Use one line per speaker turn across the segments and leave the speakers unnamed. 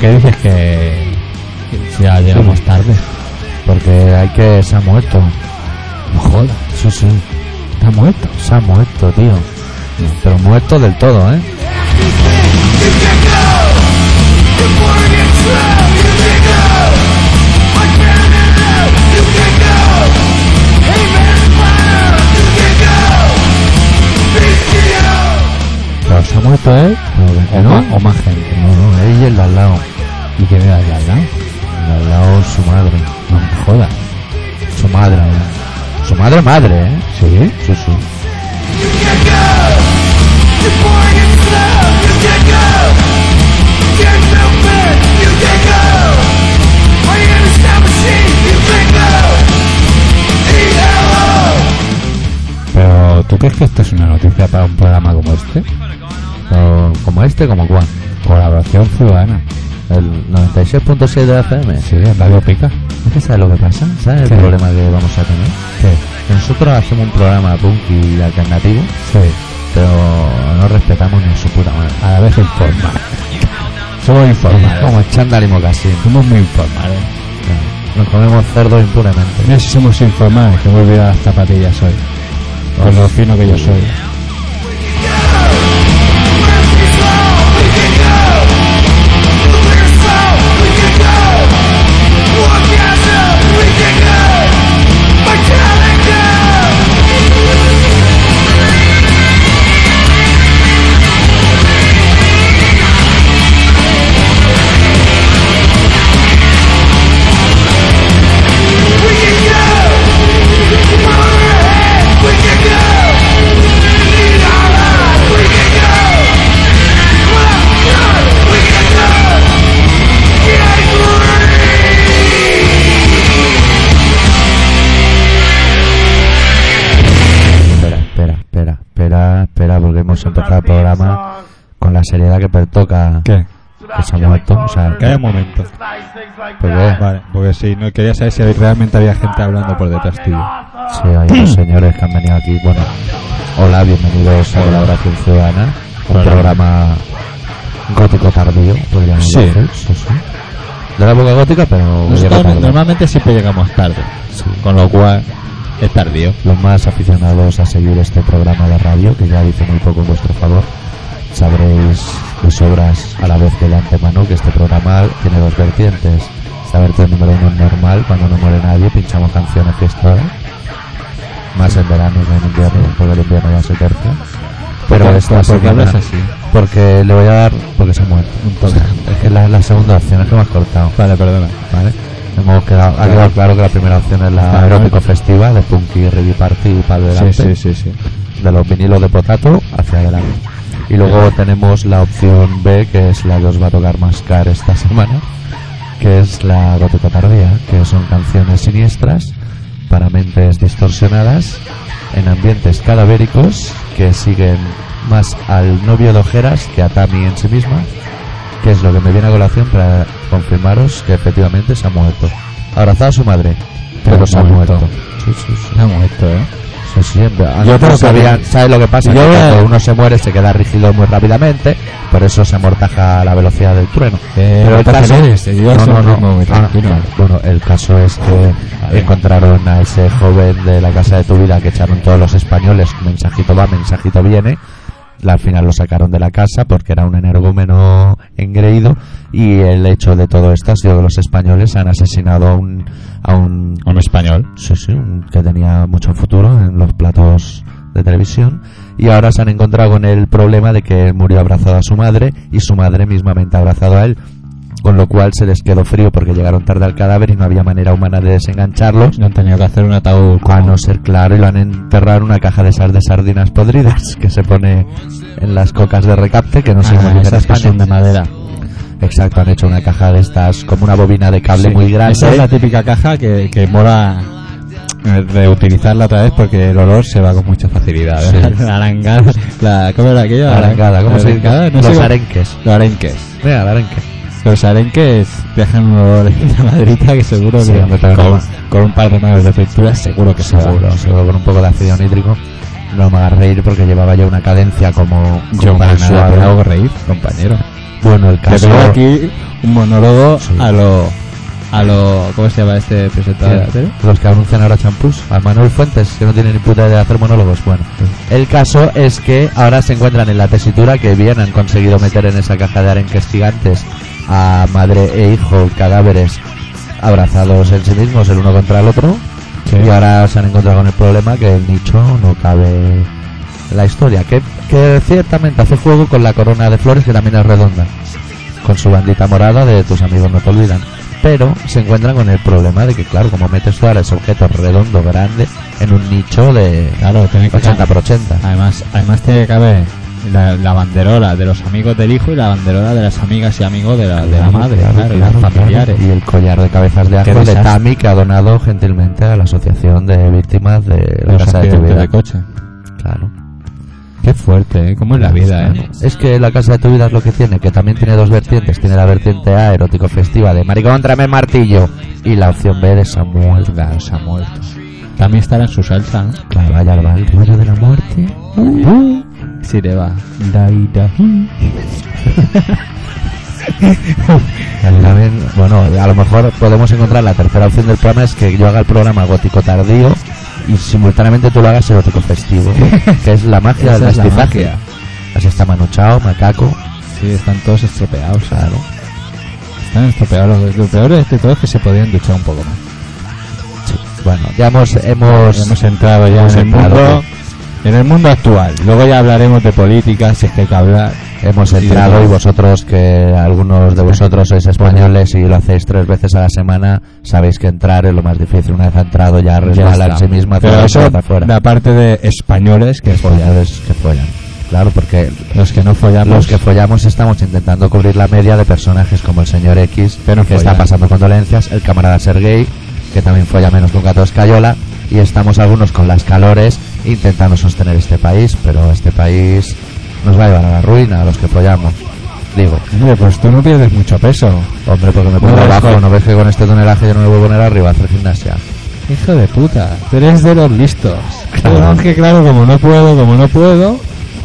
qué dices que ya llegamos tarde?
Porque hay que... Se ha muerto.
No jodas.
Eso sí.
Está muerto.
Se ha muerto, tío. Pero muerto del todo, ¿eh?
Pero se ha muerto él.
¿Que
O,
¿eh? no?
ma- o más gente.
No, no, él y el de al lado.
¿Y que vea de al lado?
El de al lado su madre.
No me jodas.
Su madre, ¿verdad? Su madre, madre, ¿eh?
¿Sí?
Sí, sí.
Pero ¿tú crees que esto es una noticia para un programa como este?
Pero como este, como cuál.
Colaboración ciudadana.
El 96.6 de la FM.
Sí, en Radio Pica.
¿Es que sabes lo que pasa? ¿Sabes el
Sí.
problema que vamos a tener?
Sí.
Que nosotros hacemos un programa punk y alternativo,
Sí.
pero no respetamos ni su puta madre.
A la vez informal. Somos informales.
Como chándal y mocasín.
Somos muy informales.
Nos comemos cerdo impunemente.
Mira si somos informales, que me he olvidado las zapatillas hoy. Con lo fino que yo soy.
Espera, espera, espera, espera, espera, porque hemos empezado el programa con la seriedad que pertoca
¿Qué?
que se ha muerto. O sea, pues
Que haya un momento.
¿por qué?
Vale, porque si no quería saber si realmente había gente hablando por detrás tuyo.
Sí, hay unos señores que han venido aquí. Bueno, hola, bienvenidos a Colaboración Ciudadana, un
Hola.
programa gótico tardío, podríamos
Sí.
decir. Sí, sí. De la época gótica, pero llega
Nosotros
tarde.
Pues normalmente siempre llegamos tarde, con lo cual es tardío.
Los más aficionados a seguir este programa de radio, que ya dice muy poco en vuestro favor, sabréis de sobras a la vez que de antemano que este programa tiene dos vertientes. La vertiente número uno es normal, cuando no muere nadie, pinchamos canciones fiesteras. Más en verano que en invierno, porque el invierno ya se tercia. Pero
Porque-
esta
porque
semana-
hablas así.
Porque le voy a dar, porque se ha muerto.
toque.
es que la, la segunda opción es que me has cortado.
Vale, perdona.
¿Vale? Hemos quedado, ha quedado claro que la primera opción es la
Vale.
aeróbico festiva de Punky Ready Party y para adelante.
Sí, sí, sí, sí.
De los vinilos de potato hacia adelante. Y luego tenemos la opción B, que es la que os va a tocar más cara esta semana, que es la gótica tardía, que son canciones siniestras para mentes distorsionadas en ambientes cadavéricos que siguen más al novio de ojeras que a Tami en sí misma que es lo que me viene a colación para confirmaros que efectivamente se ha muerto. Abrazada a su madre, pero, se ha muerto. Sí, sí, sí.
Estamos esto, ¿eh?
Se siente. Antes
Yo
no
creo que-
sabían- ¿sabes lo que pasa?
Yo
Que
voy a-
cuando uno se muere se queda rígido muy rápidamente, por eso se amortaja a la velocidad del trueno.
Eh, no te aceleres, eh, yo
no,
soy
no,
un
no.
ritmo muy
Ah, no.
tranquilo.
Bueno, el caso es que encontraron a ese joven de la casa de tu vida que echaron todos los españoles, mensajito va, mensajito viene. La- Al final lo sacaron de la casa porque era un energúmeno engreído y el hecho de todo esto ha sido que los españoles han asesinado a un, a un
Un español.
Sí, sí, un- que tenía mucho futuro en los platos de televisión. Y ahora se han encontrado con el problema de que murió abrazado a su madre y su madre mismamente ha abrazado a él. Con lo cual se les quedó frío porque llegaron tarde al cadáver y no había manera humana de desengancharlos.
No han tenido que hacer un
A
ataúd como-
no ser claro, y lo han enterrado en una caja de esas de sardinas podridas que se pone en las cocas de recapte, que no sé
Ah,
cómo dicen en
esas que son
España.
de madera.
Exacto, han hecho una caja de estas, como una bobina de cable
Sí,
muy grande.
Esa es la típica caja que, que mola eh, reutilizarla otra vez porque el olor se va con mucha facilidad.
Sí.
¿eh? La arangada. La, ¿Cómo era aquello?
Arangada, ¿cómo se dice?
Arangada, ¿eh? no sé
Los
cómo-
arenques.
Los arenques.
Mira, la arenque.
Los arenques dejan un olor en la maderita que seguro
Sí,
que
hombre, claro.
con, con un par de manos de fritura seguro que se va.
Seguro, seguro con un poco de ácido nítrico. No me hagas reír porque llevaba ya una cadencia como, como
Yo
para
para
nada,
nada,
pero-
hago reír, compañero.
Bueno, el
Le
caso...
tengo aquí un monólogo
Sí.
a lo. a lo. ¿Cómo se llama este presentador?
Sí, ¿eh? Los que anuncian ahora champús, a Manuel Fuentes, que no tienen ni puta idea de hacer monólogos. Bueno, el caso es que ahora se encuentran en la tesitura que bien han conseguido meter en esa caja de arenques gigantes a madre e hijo cadáveres abrazados en sí mismos el uno contra el otro.
Sí.
Y ahora se han encontrado con el problema que el nicho no cabe en la historia, que, que ciertamente hace juego con la corona de flores que también es redonda con su bandita morada de tus amigos no te olvidan. Pero se encuentran con el problema de que, claro, como metes tú ahora ese objeto redondo, grande, en un nicho de
Claro, tiene que
80 por 80.
Además, además tiene que caber la, la banderola de los amigos del hijo y la banderola de las amigas y amigos de la, de la madre,
Claro,
claro, y
claro,
los
claro.
familiares.
Y el collar de cabezas de
Qué
ángel de
desastre.
Tami que ha donado gentilmente a la Asociación de Víctimas de la
Los
Casa de
accidentes
Tubida.
de coche.
Claro.
Qué fuerte, ¿eh? ¿Cómo es la vida, eh?
Es que la Casa de tu vida es lo que tiene, que también tiene dos vertientes. Tiene la vertiente A, erótico-festiva, de maricón, tráeme el martillo. Y la opción B, de Samuel, se ha muerto.
También estará en su salsa, ¿no?
Claro, vaya, Uh. va el rollo de la muerte.
Uh. Sí, le va.
El ramen, bueno, a lo mejor podemos encontrar la tercera opción del programa es que yo haga el programa gótico tardío y simultáneamente tú lo hagas erótico festivo, que es la magia del
Esa es la
mestizaje.
magia.
Así está Manuchao, Macaco,
Sí, están todos estropeados,
claro.
Están estropeados. Lo, lo peor de todo es que se podían duchar un poco más. pues
Bueno, ya hemos, hemos,
hemos entrado ya
hemos
en el
entrado,
mundo. En el mundo actual. Luego ya hablaremos de política, si es que hay que hablar.
hemos
y
entrado y
demás.
vosotros, que algunos de vosotros sois españoles y lo hacéis tres veces a la semana, sabéis que entrar es lo más difícil. Una vez entrado ya resbala en
está.
sí misma,
Pero
todo
eso,
está fuera.
la parte de españoles que
Que
follan.
folladores que follan. Claro, porque
Los que no follamos.
Los que follamos estamos intentando cubrir la media de personajes como el señor X,
Que no
que está
follan.
pasando condolencias, el camarada Sergei, que también folla menos que un gato de escayola, y estamos algunos con las calores intentando sostener este país, pero este país nos va a llevar a la ruina a los que follamos. Digo,
Hombre, pues tú no pierdes mucho peso.
hombre, porque me pongo
No,
abajo,
es-
no ves que con este tonelaje yo no me voy a poner arriba a hacer gimnasia.
Hijo de puta, tú eres de los listos.
Claro.
Claro. que claro, como no puedo, como no puedo,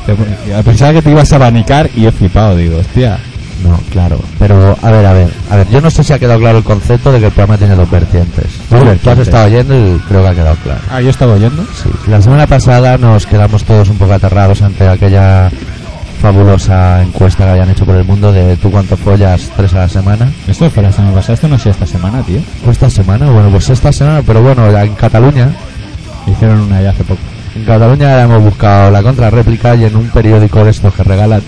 te pu- pensaba que te ibas a abanicar y he flipado, digo, hostia.
No, claro. Pero, a ver, a ver, a ver, yo no sé si ha quedado claro el concepto de que el programa tiene dos vertientes.
Dos
Tú has
vertientes.
estado oyendo y creo que ha quedado claro.
Ah, yo estaba oyendo.
Sí, la semana pasada nos quedamos todos un poco aterrados ante aquella fabulosa encuesta que habían hecho por el mundo de tú cuánto follas tres a la semana.
Esto fue la semana pasada, esto no sé esta semana, tío.
¿O esta semana? Bueno, pues esta semana, pero bueno, ya en Cataluña.
Hicieron una ya hace poco.
En Cataluña hemos buscado la contrarréplica y en un periódico de estos que regalan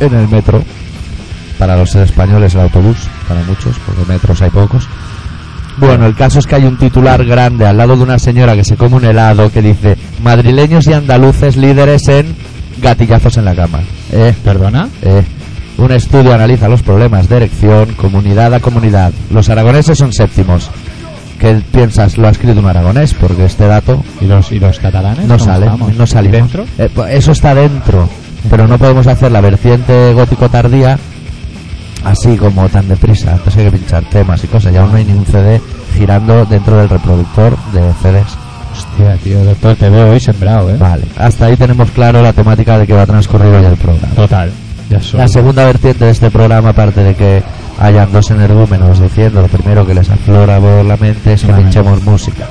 en el metro, para los españoles el autobús, para muchos, porque metros hay pocos. Bueno, el caso es que hay un titular grande al lado de una señora que se come un helado que dice madrileños y andaluces líderes en gatillazos en la cama. Eh,
¿Perdona?
eh. Un estudio analiza los problemas de erección comunidad a comunidad. Los aragoneses son séptimos. ¿Qué piensas? Lo ha escrito un aragonés, porque este dato
¿Y los, y los catalanes?
no
Eh, ¿Cómo
sale,
estamos?
no sale.
¿Dentro?
eso está dentro, pero no podemos hacer la vertiente gótico tardía así como tan deprisa. Antes hay que pinchar temas y cosas. Ya aún no hay ni un CD girando dentro del reproductor de CDs.
Hostia, tío, doctor, te veo hoy sembrado, eh.
Vale, hasta ahí tenemos claro la temática de que va a transcurrir hoy el programa.
Total, ya soy.
La segunda vertiente de este programa, aparte de que hayan dos energúmenos diciendo lo primero que les aflora por la mente es que
Vale.
pinchemos música.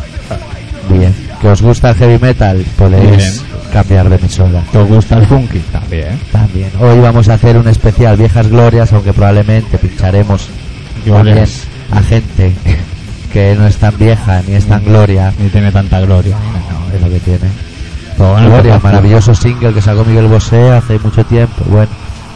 Bien, que os gusta el heavy metal, podéis cambiar de emisora.
¿Te gusta el funky? También.
También. Hoy vamos a hacer un especial Viejas Glorias, aunque probablemente pincharemos también
Glorias.
a gente que no es tan vieja ni es tan gloria.
Ni tiene tanta gloria.
No, es lo que tiene.
Pero bueno,
Gloria,
capaz-
maravilloso single que sacó Miguel Bosé hace mucho tiempo. Bueno,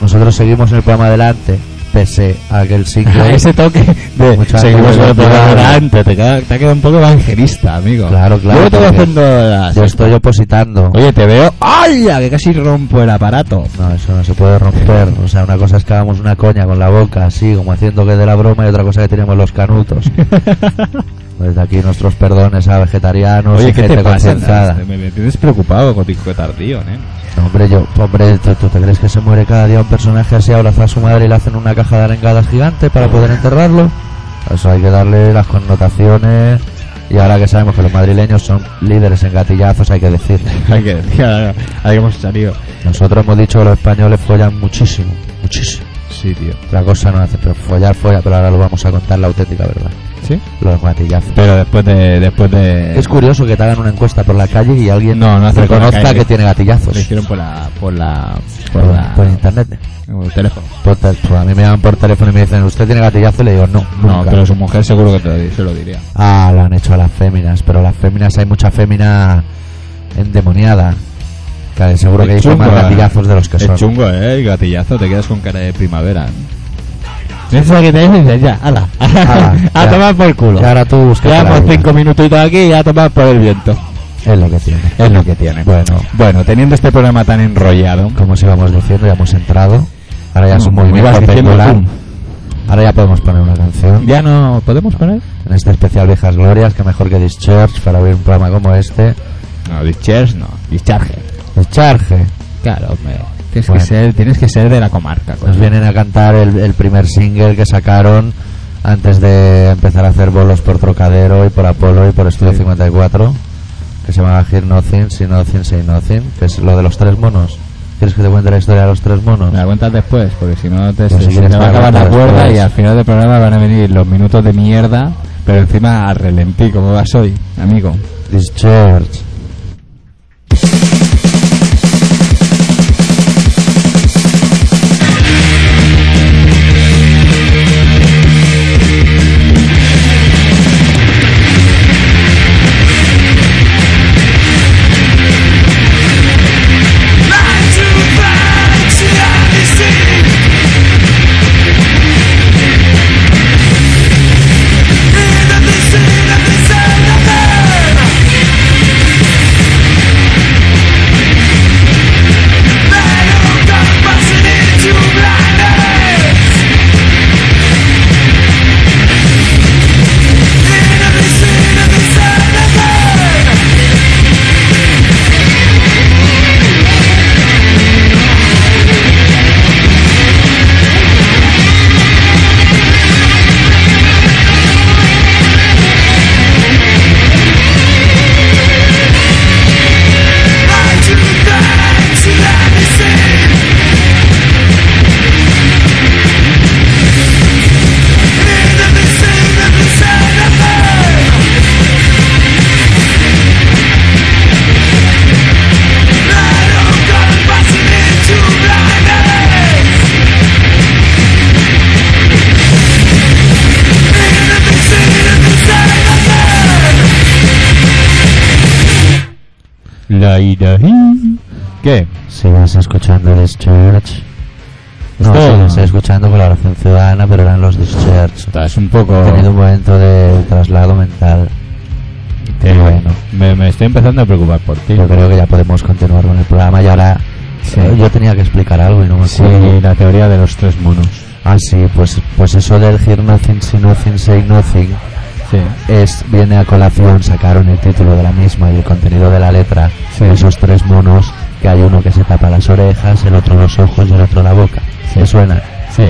nosotros seguimos en el programa adelante, pese a que el
A
single.
ese toque de
Mucho
seguimos
antes
con
de
el programa
empezar.
antes, te, queda- te ha quedado un poco evangelista, amigo.
Claro, claro,
Yo te voy
porque
haciendo las-
Yo estoy opositando.
Oye, te veo. ¡Ay! ya, Que casi rompo el aparato.
No, eso no se puede romper. O sea, una cosa es que hagamos una coña con la boca, así, como haciendo que de la broma, y otra cosa que tenemos los canutos. Desde Pues aquí nuestros perdones a vegetarianos y
Oye, ¿qué
gente
te pasa?
concienzada.
Nas? Me, me tienes preocupado con Tico Tardío, ¿eh?
No, Hombre, yo, hombre, ¿tú, tú te crees que se muere cada día un personaje así, abraza a su madre y le hacen una caja de arengadas gigante para poder enterrarlo? A Eso hay que darle las connotaciones. Y ahora que sabemos que los madrileños son líderes en gatillazos, hay que decir.
Hay que decir, ahora- ahora que hemos salido.
Nosotros hemos dicho que los españoles follan muchísimo, muchísimo.
Sí, sitio.
Otra cosa no hace, pero follar, follar, pero ahora lo vamos a contar la auténtica verdad.
¿Sí?
Los gatillazos.
Pero después de. Después de
Es curioso que te hagan una encuesta por la calle y alguien
No, no hace por la
reconozca
calle.
que tiene gatillazos.
lo hicieron por la. Por la. Por,
Por,
la.
pues. por internet.
por el teléfono.
Por tel- por- a mí me llaman por teléfono y me dicen, ¿usted tiene gatillazo? Y le digo, no,
No,
nunca.
pero su mujer seguro que te lo, di- se lo diría.
Ah, lo han hecho a las féminas, pero las féminas hay mucha fémina endemoniada. Claro, seguro que
Es
hay más
chungo, eh.
gatillazos de los que
es
son.
chungo, ¿eh? El gatillazo, te quedas con cara de primavera. Piensa que te ya, ala,
Ala, ya.
por culo.
Y ahora tú buscas la
Llevamos
vida.
cinco minutitos aquí y a tomar por el viento.
Es lo que tiene.
Es lo que tiene.
Bueno,
Bueno, teniendo este programa tan enrollado,
como os íbamos diciendo, ya hemos entrado. Ahora ya es un
Como
movimiento
ibas diciendo,
pendular.
pum.
Ahora ya podemos poner una canción.
ya no podemos poner.
En este especial Viejas Glorias, que mejor que Discharge para ver un programa como este.
No, discharge no, discharge.
Discharge.
Claro, hombre. Tienes,
Bueno.
que ser, tienes que ser de la comarca. coño.
Nos vienen a cantar el, el primer single que sacaron antes de empezar a hacer bolos por Trocadero y por Apolo y por Estudio 54, que se llama Hear Nothing, Si Nothing, Say Nothing, que es lo de los tres monos. ¿Quieres que te cuente la historia de los tres monos?
Me la cuentas después, porque si no te,
Pues si
se- se
quieres
te va a
me la
acabar la
cuentas
cuerda
después.
y al final del programa van a venir los minutos de mierda, pero encima al relentí, como vas hoy, amigo.
Discharge.
La ira.
¿eh?
¿Qué?
Sigues escuchando Discharge. No,
Esto-
sigues escuchando Colaboración Ciudadana, pero eran los Discharge.
Estás un poco.
He tenido un momento de traslado mental.
Qué
bueno.
Me, me estoy empezando a preocupar por ti.
Yo creo que ya podemos continuar con el programa y ahora
Sí.
eh, yo tenía que explicar algo y no me
Sí,
acuerdo.
la teoría de los tres monos.
Ah, sí, pues, pues eso del Hear Nothing, See Nothing, Say Nothing
Sí.
es, viene a colación, sacaron el título de la misma y el contenido de la letra.
Sí.
Esos tres monos, que hay uno que se tapa las orejas, el otro los ojos y el otro la boca.
Sí.
¿Se suena?
Sí.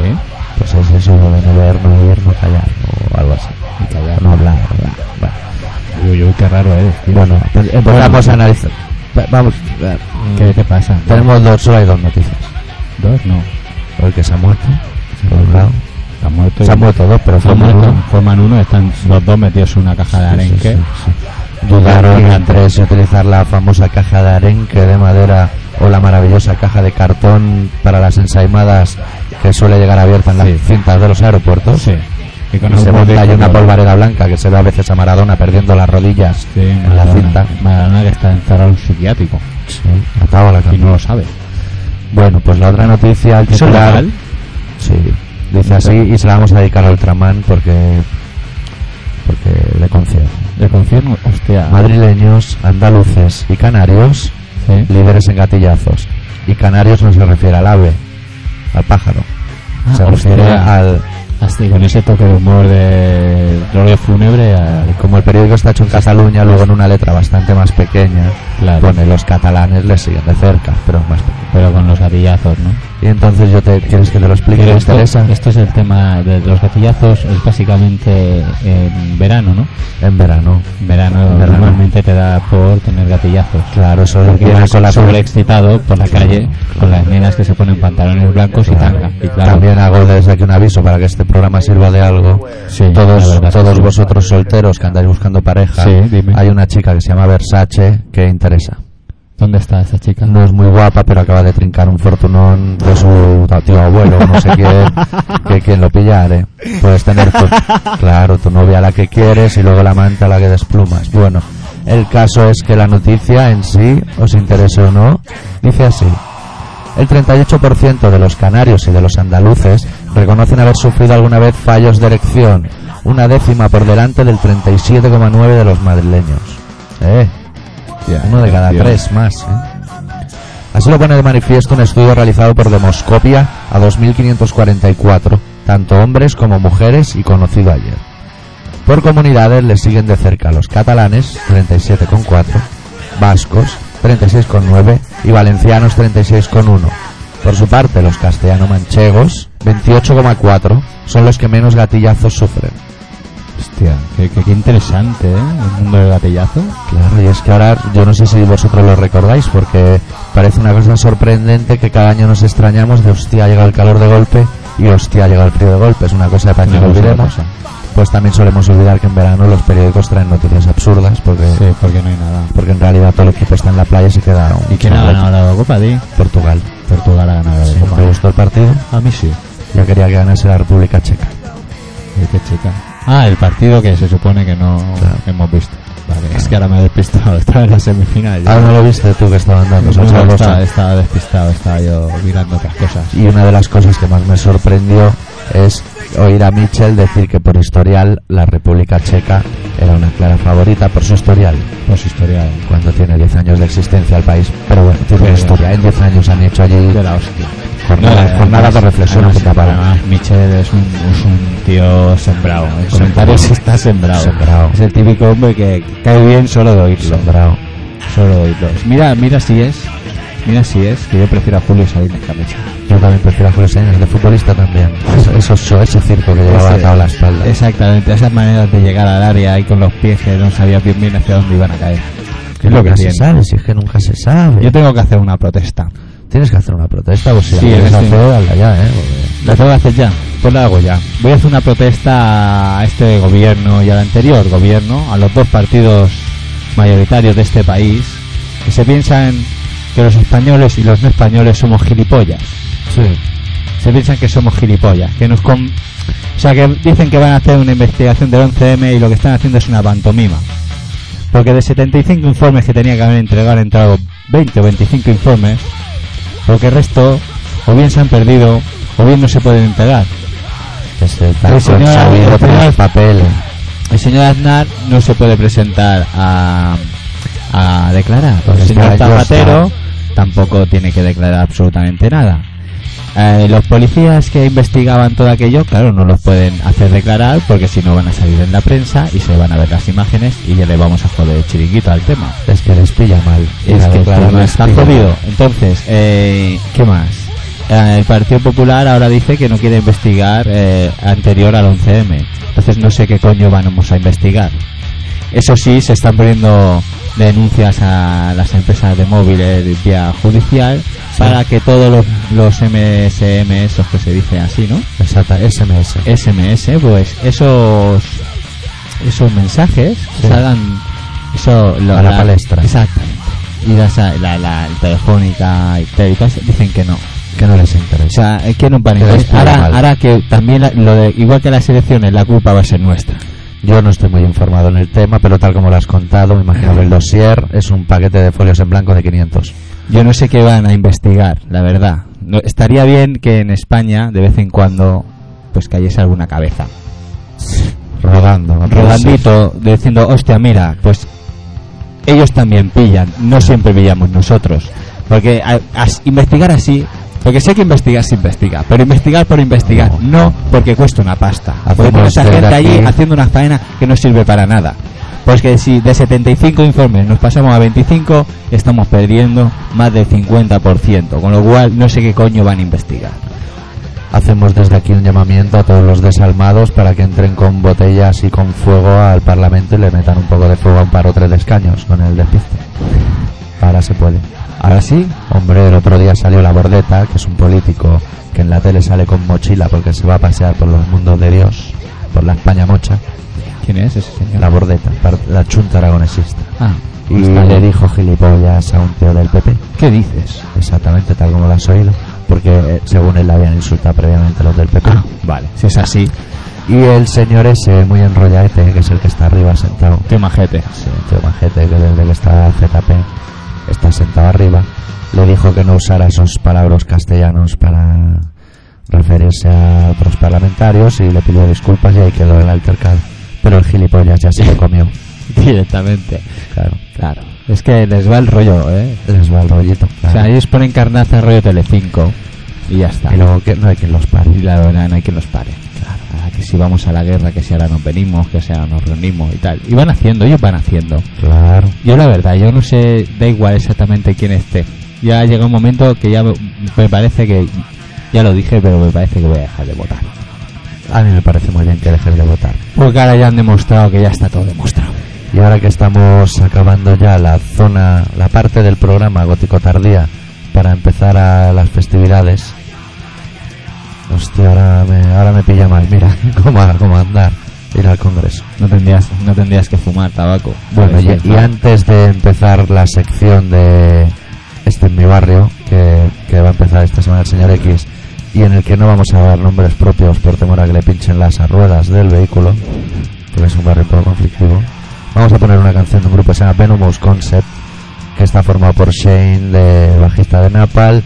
Pues es eso lo de no ver, no oír, no callar o algo así.
callar.
No hablar, bla, bla.
Uy, uy, qué raro eres, tío.
Bueno, pues empezamos a analizar. Va- Vamos, eh,
¿Qué te pasa?
tenemos dos, solo hay dos noticias.
dos, no.
El que se ha muerto, se ha colgado.
Está muerto.
Se han muerto dos, pero
Está
forman
muerto.
uno.
Forman uno, están los dos metidos en una caja de
Sí, sí,
arenque.
sí, sí. Dudaron
Gigante.
entre si utilizar la famosa caja de arenque de madera o la maravillosa caja de cartón para las ensaimadas que suele llegar abierta en las
Sí.
cintas de los aeropuertos.
Sí. Y
Y se
un bote
monta ahí
de
una
color.
polvareda blanca que se ve a veces a Maradona perdiendo las rodillas
Sí,
en la
Maradona.
cinta.
Maradona que está encerrado en un psiquiátrico.
Sí, atado a la
Y
cama.
no lo sabe.
Bueno, pues la otra noticia al titular-
legal?
Sí, dice así y se la vamos a dedicar a Ultraman porque, porque le concierne.
Le confirmo. Hostia.
Madrileños, andaluces y canarios,
Sí.
líderes en gatillazos. Y canarios no se refiere al ave, al pájaro.
Ah,
se
hostia.
refiere al...
Así, con ese toque de humor de gloria fúnebre a-
Como el periódico está hecho en Cataluña, luego en una letra bastante más pequeña,
Claro.
pone los catalanes le siguen de cerca, pero es más pequeño.
pero con los gatillazos, ¿no?
Y entonces yo te quieres que te lo explique,
Pero
¿te
esto,
interesa?
esto es el tema de los gatillazos, es básicamente en verano, ¿no?
En verano.
En verano,
En verano.
normalmente te da por tener gatillazos.
Claro, eso
Porque
viene
vas
con la
sobreexcitado por la calle con las nenas que se ponen pantalones blancos y tanga. Y claro,
También hago desde aquí un aviso para que este programa sirva de algo.
Sí, la
todos
verdad
todos
que sí.
vosotros solteros que andáis buscando pareja,
Sí, dime.
hay una chica que se llama Versace que interesa.
¿dónde está esa chica?
No es muy guapa, pero acaba de trincar un fortunón de su tío abuelo, no sé quién, que quien lo pillare. Puedes tener, pues, claro, tu novia la que quieres y luego la amante a la que desplumas. Bueno, el caso es que la noticia en sí, os interese o no, dice así. El 38% de los canarios y de los andaluces reconocen haber sufrido alguna vez fallos de erección, una décima por delante del 37,9% de los madrileños. Eh, uno de cada tres más. ¿eh? Así lo pone de manifiesto un estudio realizado por Demoscopia a 2.544, tanto hombres como mujeres y conocido ayer. Por comunidades le siguen de cerca los catalanes, 37,4, vascos, 36,9 y valencianos, 36,1. Por su parte, los castellano-manchegos, 28,4, son los que menos gatillazos sufren.
Hostia, qué, qué- qué interesante, ¿eh? El mundo del gatillazo.
Claro, y es que ahora yo no sé si vosotros lo recordáis, porque parece una cosa sorprendente que cada año nos extrañamos de hostia llega el calor de golpe y hostia llega el frío de golpe. Es una cosa para que
Una
no
cosa que
olvidemos.
pasa.
Pues también solemos olvidar que en verano los periódicos traen noticias absurdas, porque,
Sí, porque no hay nada.
porque en realidad todo el equipo está en la playa y se queda. un-
¿Y quién ha ganado la Eurocopa, di?
Portugal.
Portugal ha ganado la
Sí,
Eurocopa.
¿Te gustó el partido?
A mí sí.
Yo quería que ganase la República Checa.
Eh, qué chica. Ah, el partido que se supone que no
Claro.
hemos visto. Vale, es que ahora me he despistado. Estaba en la semifinal. ya.
Ah, no lo viste tú que estaban dando.
No,
¿sabes
no,
la cosa?
estaba, estaba despistado, estaba yo mirando otras cosas.
Y una de las cosas que más me sorprendió es oír a Mitchell decir que por historial la República Checa era una clara favorita por su historial,
Pues historial.
cuando tiene 10 años de existencia el país. Pero bueno, tiene una
Pero-
historia. En 10 años han hecho allí
De la hostia.
jornadas,
No,
jornadas de
además-
reflexión en
además-
Punta Pala.
además, Michel es un, es un tío sembrado. ¿eh? En comentarios está sembrado.
Sembrado.
Es el típico hombre que cae bien solo de oírlo.
Bravo.
Solo de oírlo. Mira, mira si es. Mira si es que yo prefiero a Julio Salinas que a Michel.
Yo también prefiero a Julio Salinas, de futbolista también. Eso, eso, show, ese circo que llevaba
Ese-
atado a la espalda.
Exactamente, esas maneras de llegar al área y con los pies que no sabías bien bien hacia dónde iban a caer. Es lo que
nunca se
tiene.
sabe, si es que nunca se sabe.
Yo tengo que hacer una protesta.
Tienes que hacer una protesta, pues si la
Sí,
quieres
en este-
hacer, hazla ya, ¿eh? Porque-
¿La tengo que hacer ya? Pues la hago ya. Voy a hacer una protesta a este gobierno y al anterior gobierno, a los dos partidos mayoritarios de este país, que se piensan que los españoles y los no españoles somos gilipollas.
Sí.
Se piensan que somos gilipollas, que nos con... O sea, que dicen que van a hacer una investigación del 11M y lo que están haciendo es una pantomima. Porque de 75 informes que tenía que haber entregado han entregado 20 o 25 informes, lo que resto o bien se han perdido o bien no se pueden entregar.
Este
El
tal
señor-
sabido
el
por
señor-
los papeles.
El señor Aznar no se puede presentar a, a declarar.
Pues
el señor
está, ya
Zapatero tampoco tiene que declarar absolutamente nada. Eh, los policías que investigaban todo aquello, claro, no los pueden hacer declarar porque si no van a salir en la prensa y se van a ver las imágenes y ya le vamos a joder el chiringuito al tema.
Es que les pilla mal.
Es
Claro,
que
claro,
el tema
les
está
pilla
jodido.
mal.
Entonces, eh, ¿qué más? Eh, El Partido Popular ahora dice que no quiere investigar eh, anterior al 11M. Entonces no sé qué coño vamos a investigar. Eso sí, se están poniendo denuncias a las empresas de móviles vía judicial para que todos los, los MSM, esos que se dice así, ¿no?
Exacta, SMS.
SMS, pues esos esos mensajes
Sí.
salgan eso lo-
A la palestra.
Exactamente. Y las- la, la, telefónica y tal y tal, dicen que no. O
Que no les interesa.
sea, es que no van a
Que les
investigar.
pilla
Ahora,
mal.
ahora que también la- lo de, igual que las elecciones, la culpa va a ser nuestra.
Yo no estoy muy informado en el tema, pero tal como lo has contado, me imagino que el dossier es un paquete de folios en blanco de 500.
Yo no sé qué van a investigar, la verdad. No- estaría bien que en España de vez en cuando pues cayese alguna cabeza.
Rodando. no puede
rodandito diciendo, hostia, mira, pues ellos también pillan, no siempre pillamos nosotros. Porque a- as- investigar así, porque sé que investigar se investiga, pero investigar por investigar, no porque cuesta una pasta. Porque
Hacemos
tiene esa
desde
gente allí
Ah, aquí-
haciendo una faena que no sirve para nada. Pues que si de 75 informes nos pasamos a 25, estamos perdiendo más del 50%, con lo cual no sé qué coño van a investigar.
Hacemos desde aquí un llamamiento a todos los desalmados para que entren con botellas y con fuego al Parlamento y le metan un poco de fuego a un par o tres de escaños con el despiste. Ahora se puede. Ahora sí, hombre, el otro día salió la bordeta, que es un político que en la tele sale con mochila porque se va a pasear por los mundos de Dios, por la España mocha,
¿Quién es ese señor?
la bordeta, par- la chunta aragonesista.
Ah,
Y
está
le
bien.
dijo gilipollas a un tío del PP.
¿Qué dices?
Exactamente, tal como lo has oído. Porque eh, según él le habían insultado previamente los del PP.
Ah, vale, si es así,
Y el señor ese, muy enrolladete, que es el que está arriba sentado.
qué majete.
Sí, tío majete, que desde que estaba el ZP está sentado arriba. Le dijo que no usara esos palabras castellanos para referirse a otros parlamentarios y le pidió disculpas y ahí quedó el altercado. Pero el gilipollas ya se lo comió.
Directamente.
Claro.
Claro. Es que les va el rollo, ¿eh?
Les va el rollito.
O sea,
claro.
ellos ponen carnaza rollo Telecinco y ya está.
Y luego que no hay quien los pare.
Y la verdad no hay quien los pare. Ah, que si vamos a la guerra, que si ahora nos venimos, que si ahora nos reunimos y tal. Y van haciendo, ellos van haciendo.
Claro.
Yo la verdad, yo no sé, da igual exactamente quién esté. Ya llega un momento que ya me, me parece que, ya lo dije, pero me parece que voy a dejar de votar.
A mí me parece muy bien que dejes de votar.
Porque ahora ya han demostrado que ya está todo demostrado.
Y ahora que estamos acabando ya la zona, la parte del programa Gótico Tardía para empezar a las festividades. Hostia, ahora me, ahora me pilla mal, mira, cómo, cómo andar, ir al Congreso.
No tendrías, no tendrías que fumar tabaco.
Bueno,
Vale,
y,
sí,
y
vale.
antes de empezar la sección de Este es mi barrio, que, que va a empezar esta semana el señor X, y en el que no vamos a dar nombres propios por temor a que le pinchen las ruedas del vehículo, porque es un barrio poco conflictivo, vamos a poner una canción de un grupo que se llama Venomous Concept, que está formado por Shane, de bajista de Napal,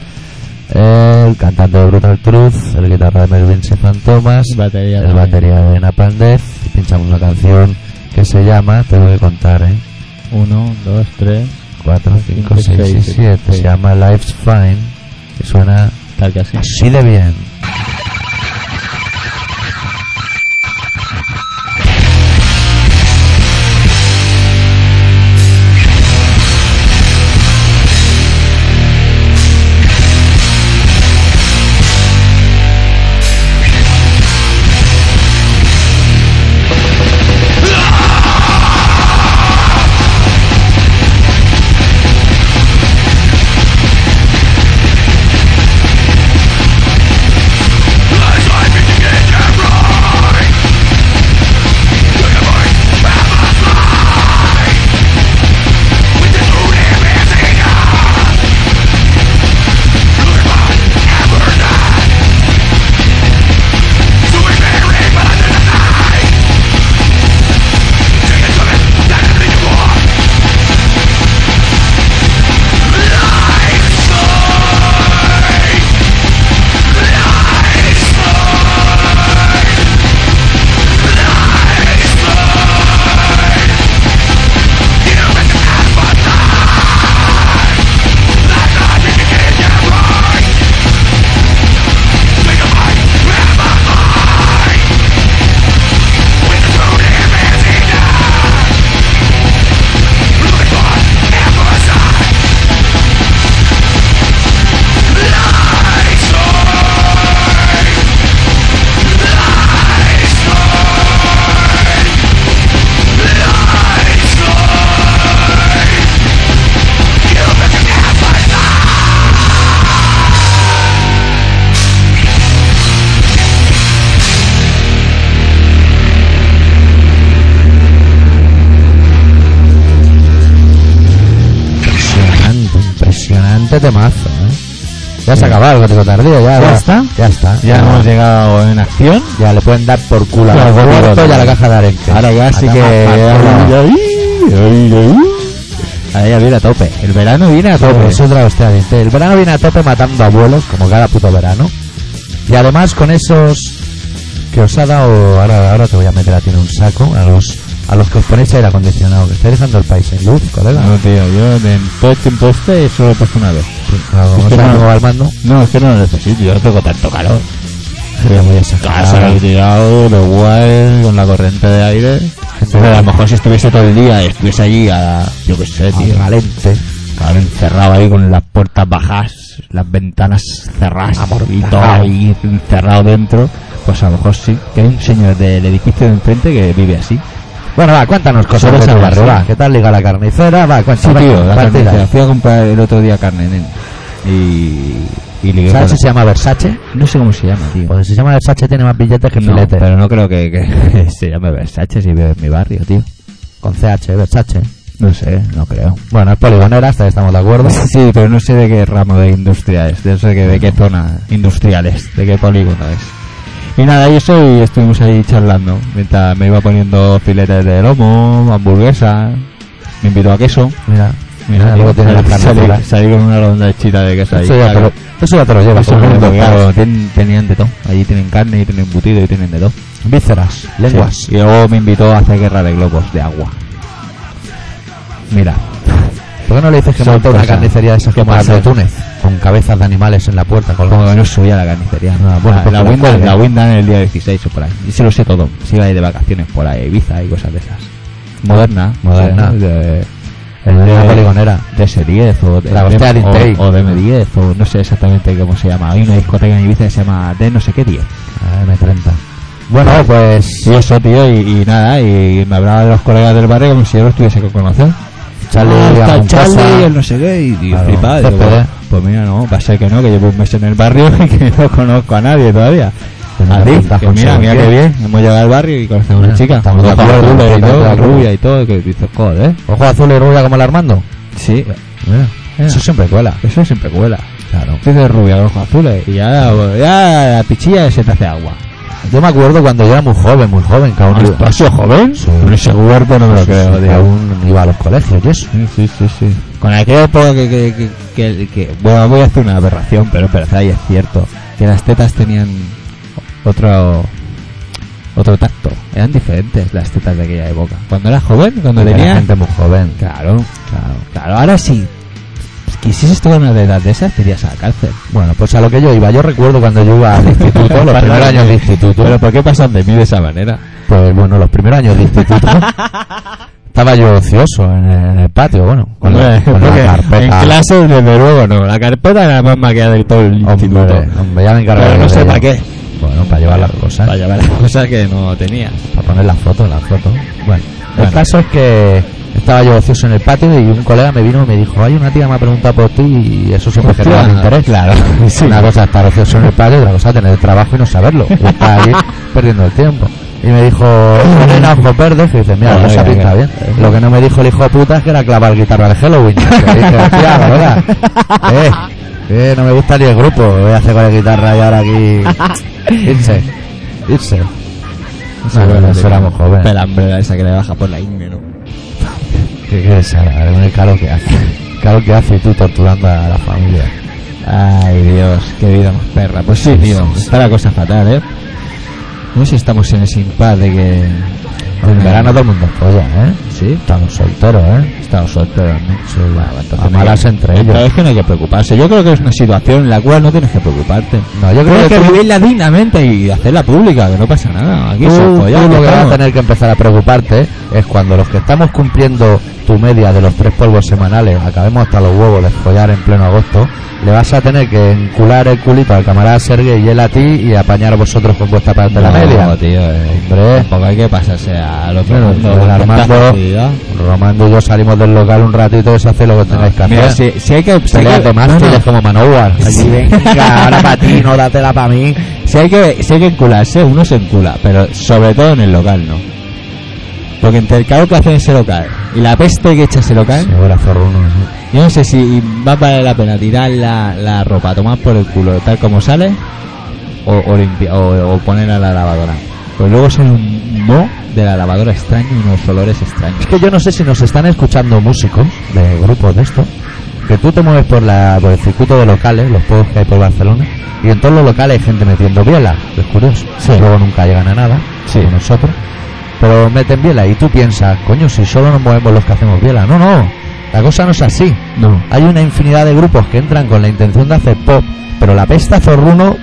el cantante de Brutal Truth, el guitarra de Melvin C. Fantomas,
Batería
el
también.
batería de Napalm Death, y pinchamos una canción que se llama, te voy a contar, ¿eh?
Uno, dos, tres,
4, 5, 6 y 7. Se llama Life's Fine. Que suena
tal que así.
así de bien. Impresionante, impresionante temazo, ¿eh? Ya se ha acabado el gótico tardío, ya,
¿Ya
va-
está?
Ya está.
Ya hemos llegado en acción.
Ya le pueden dar por culo
Ya,
al
bueno,
cuarto y a la
bueno.
caja de arenque.
Ahora ya sí
A
que.
tomar por culo.
Ahora ya viene a tope. El verano viene a
Sobre
tope.
eso otra hostia, dice, El verano viene a tope matando abuelos, como cada puto verano. Y además con esos que os ha dado, ahora, ahora te voy a meter a ti en un saco, a los, a los que os ponéis aire acondicionado, que estáis dejando el país sin luz, colega.
No, tío, yo en poste en poste solo he puesto una vez.
Claro,
es
no
que
sabes
no.
cómo va el mando.
No, es que no lo necesito, yo no tengo tanto calor.
Ya voy a
Claro, se lo he
sacar.
tirado, lo guay, con la corriente de aire.
gente
Pero a lo mejor si estuviese todo el día, estuviese allí a. Yo qué sé, tío.
galente.
Claro, encerrado ahí con las puertas bajas, las ventanas cerradas y todo
Amortajado.
ahí encerrado dentro, pues a lo mejor sí. Que hay un señor del edificio de enfrente que vive así.
Bueno, va, cuéntanos cosas de
Sobre
tu
esa
barrio,
base.
va. ¿Qué tal liga la carnicera? Va,
Sí,
cuéntanos.
tío, la
partida.
carnicera. Fui a comprar el otro día carne, nen. Y. Y ligué con
¿Sabes
la-
si se llama Versace?
No sé cómo se llama, tío.
Porque si se llama Versace tiene más billetes que
pues, No,
filete.
pero no creo que, que se llame Versace si vive en mi barrio, tío.
Con CH, Versace.
No sé, no creo.
Bueno, es poligonera, hasta ahí estamos de acuerdo.
Sí, pero no sé de qué ramo de industria es, de, sé que- de qué zona industrial es, de qué polígono es. Y nada, y eso, y estuvimos ahí charlando, mientras me iba poniendo filetes de lomo, hamburguesa, me invitó a queso.
Mira, mira,
Mira,
Ah, luego tiene la carnicera.
salí, salí con una ronda chita de queso ahí.
Eso ya, te lo, eso ya te lo llevas.
Eso
como
me
un
lo- claro,
doctor.
ten- tenían de todo. Allí tienen carne, y tienen embutido y tienen de todo.
Vísceras, lenguas.
Sí, Y luego me invitó a hacer guerra de globos de agua. Mira,
¿Por qué no le dices que
Son
monta una
cosas.
carnicería de esas
¿Qué
como las
pasa?
de Túnez? Con cabezas de animales en la puerta,
Como
colgadas.
que no subía a la carnicería.
Ah, bueno,
la,
pues
la
la
Windows,
carga.
la Windows en el día 16 o por ahí. Y se lo sé todo. Se iba a ir de vacaciones por ahí, Ibiza y cosas de esas. Moderna.
Moderna.
sí, ¿no? De,
En
de-
una poligonera.
de S10 o de,
La hostia
de-
del
o-
Intake.
o de M10 o no sé exactamente cómo se llama. Hay una discoteca en Ibiza que se llama de no sé qué 10.
Ah, M30. Bueno, pues
Y eso, tío, y, y nada, y me hablaba de los colegas del barrio como si yo los tuviese que conocer.
Charlie,
Ah, está
Ramón
Charlie,
Casa.
el no sé qué, y, y
Claro,
flipado, digo,
CPD.
pues, pues mira, no, va a ser que no, que llevo un mes en el barrio y que no conozco a nadie todavía.
Tenemos
A ti,
juntas
que
con
mira, mira qué
Sebastián.
bien, hemos llegado al barrio y conocemos a una
Mira,
chica.
estamos
Con
de
la
acuerdo,
rubia y
estamos de
todo,
acuerdo.
rubia y todo, que dices, joder,
ojo azul y rubia como el Armando.
sí, Eh,
Mira, Eso siempre cuela.
eso siempre cuela.
Claro.
Tú dices rubia con ojos azules y ya, ya la pichilla se te hace agua.
Yo me acuerdo cuando yo era muy joven, muy joven, que aún
Ah,
iba-
¿has sido joven?
Sí.
Con ese cuerpo no me lo
Sí,
creo,
sí,
tío.
aún iba a los colegios y eso.
Sí, sí, sí, sí. Con aquello poco que, que, que, que- que- Bueno, voy a hacer una aberración, pero pero ahí es cierto. Que las tetas tenían otro... Otro tacto. Eran diferentes las tetas de aquella época. Cuando era joven, cuando
Era
tenía...
gente muy joven.
Claro, claro, claro. Ahora sí. Pues, Quisieras tocar una de las de esas, te irías a la cárcel.
Bueno, pues a lo que yo iba. Yo recuerdo cuando yo iba al instituto, los primeros años de instituto.
Pero pues, ¿por qué pasan de mí de esa manera?
Pues bueno, los primeros años de instituto estaba yo ocioso en, en el patio, bueno, con la, con la
Porque
carpeta.
En clase, desde luego, no. La carpeta era la más maquillada de todo el instituto.
Hombre, hombre, ya me encargaré
Pero no
de
sé
ella.
para qué.
Bueno, para llevar las cosas,
Para llevar las cosas que no tenías.
para poner las fotos, las fotos. Bueno,
Bueno.
el caso es que estaba yo ocioso en el patio y un colega me vino y me dijo, hay una tía que me ha preguntado por ti y eso siempre
Hostia,
genera un interés.
claro, sí.
Una cosa es estar ocioso en el patio y otra cosa es tener trabajo y no saberlo. Y estar allí perdiendo el tiempo. Y me dijo, "Una nena ojos verdes, y dice, mira, la
Ah,
cosa
venga,
pinta bien.
venga.
Lo que no me dijo el hijo de puta es que era clavar guitarra de Halloween. Y dije, hostia, colega, eh, eh, no me gusta ni el grupo, voy a hacer con la guitarra y ahora aquí... Irse, irse. No, no, eso éramos jóvenes.
Pelambrera esa que le baja por la ingle, ¿no?
¿Qué quieres ahora? Con el calor que hace. El calor que hace y tú torturando a la familia.
Ay, Dios, qué vida más perra. Pues sí, tío, está la cosa fatal, ¿eh? No sé si estamos en ese impas de que...
En verano todo el mundo folla, ¿eh?
Sí.
Estamos solteros, ¿eh?
Estamos solteros, ¿no? Sí, bueno, entonces...
Amarás entre ellos.
Pero es que no hay que preocuparse. Yo creo que es una situación en la cual no tienes que preocuparte.
No, yo creo
Tienes
que
que
tú,
vivirla dignamente y hacerla pública, que no pasa nada. Aquí
tú-
son
tú
follados,
lo que vas a
estamos.
tener que empezar a preocuparte es cuando los que estamos cumpliendo tu media de los tres polvos semanales acabemos hasta los huevos de follar en pleno agosto, le vas a tener que encular el culito al camarada Sergei y él a ti y apañar vosotros con vuestra parte de la
No,
media.
tío, eh, hombre, tampoco hay que pasarse al otro
Bueno,
mundo.
el
con tanta
Armando-
facilidad.
Romando y yo salimos del local un ratito y se hace lo que tengáis que hacer.
Mira, si, si hay que, si hay
Peleas
que,
de
no,
mástiles
no,
como Manowar.
Sí.
ahora para ti, no datela para mí.
si hay que, si hay que encularse, uno se encula, pero sobre todo en el local, ¿no? Porque entre el caos que hace ese local y la peste que echa ese local,
Segura zorruno.
yo no sé si va a valer la pena tirar la, la ropa, tomar por el culo tal como sale, o, o, limpia- o, o poner a la lavadora. Pues luego sale un mo de la lavadora extraño y unos olores extraños.
Es que yo no sé si nos están escuchando músicos de grupos de estos, que tú te mueves por, la, por el circuito de locales, los pueblos que hay por Barcelona, y en todos los locales hay gente metiendo biela, es curioso.
Sí.
Luego nunca llegan a nada,
Sí.
como nosotros. Pero meten biela y tú piensas, coño, si solo nos movemos los que hacemos biela. No, no, la cosa no es así.
No.
Hay una infinidad de grupos que entran con la intención de hacer pop, pero la pesta zorruno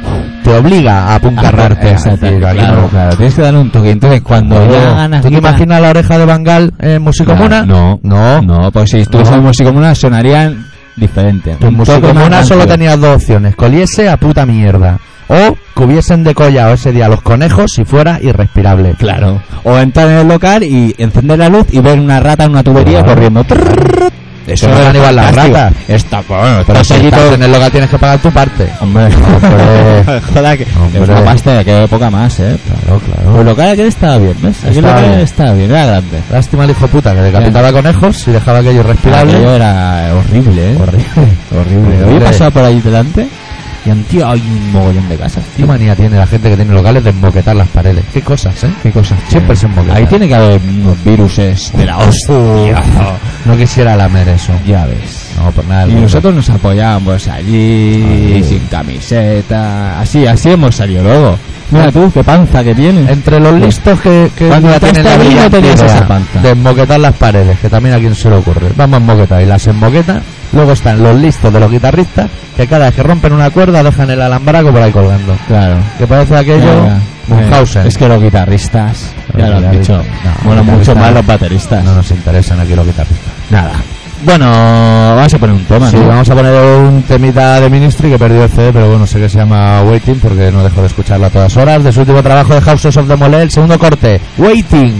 te obliga a apuncarrarte.
Exacto,
Es decir, aquí
Ah, claro,
no-
claro, tienes que darle un toque. Entonces, cuando
no,
ya ganas.
¿Tú te
ganas-
imaginas la oreja de Bangal en Musicomuna?
No,
No.
No, pues si estuviese
No.
en Musicomuna sonarían diferente.
En
Un toque más
Musicomuna solo
rancio.
tenías dos opciones: que oliese a puta mierda. O que hubiesen decollado ese día los conejos si fuera irrespirable.
Claro. O entrar en el local y encender la luz y ver una rata en una tubería
Claro.
corriendo. Trrrrrrr. Eso
no
es
eran igual las
fantástico.
ratas.
Está, bueno,
Pero si
allí
estás
todo-
en el local tienes que pagar tu parte.
Hombre,
Hombre.
joder, que
Hombre.
es una pasta, que poca más, eh.
Claro, claro.
Pues lo que era que estaba bien, ¿ves? Aquel
Estaba
local
bien.
estaba bien, era grande.
Lástima el hijo puta que decapitaba conejos y dejaba aquello irrespirable.
Aquello era horrible, ¿eh?
Horrible.
Horrible. Yo he
Horrible.
pasado por ahí delante y en tío hay un mogollón de casas,
¿Qué
tío.
manía tiene la gente que tiene locales de emboquetar las paredes? Qué cosas, ¿eh?
Qué cosas.
Siempre
tío.
se moquetan.
Ahí tiene que haber unos viruses de la hostia.
No quisiera lamer eso.
ya ves.
No, por nada. del
Y
mundo.
nosotros nos apoyamos allí,
Ay.
sin camiseta. Así, así hemos salido luego. Mira tú, qué panza que tienes.
Entre los listos que, que
Cuando
la
estás allí no tenías
brillantera
esa panza.
de emboquetar las paredes, que también a quien se le ocurre. Vamos a emboquetar y las emboquetan. Luego están los listos de los guitarristas que cada vez que rompen una cuerda dejan el alambraco por ahí colgando.
Claro.
Que parece aquello
Venga,
Munchausen.
eh, Es que los guitarristas,
Los
ya lo has dicho,
guitarristas, no,
bueno, mucho
guitarristas
más los bateristas.
no nos interesan aquí los guitarristas.
Nada. Bueno, vamos a poner un tema,
Sí,
¿no?
vamos a poner un temita de Ministry que perdió el CD, pero bueno, sé que se llama Waiting porque no dejo de escucharla a todas horas. De su último trabajo de Houses of the Mole, el segundo corte, Waiting.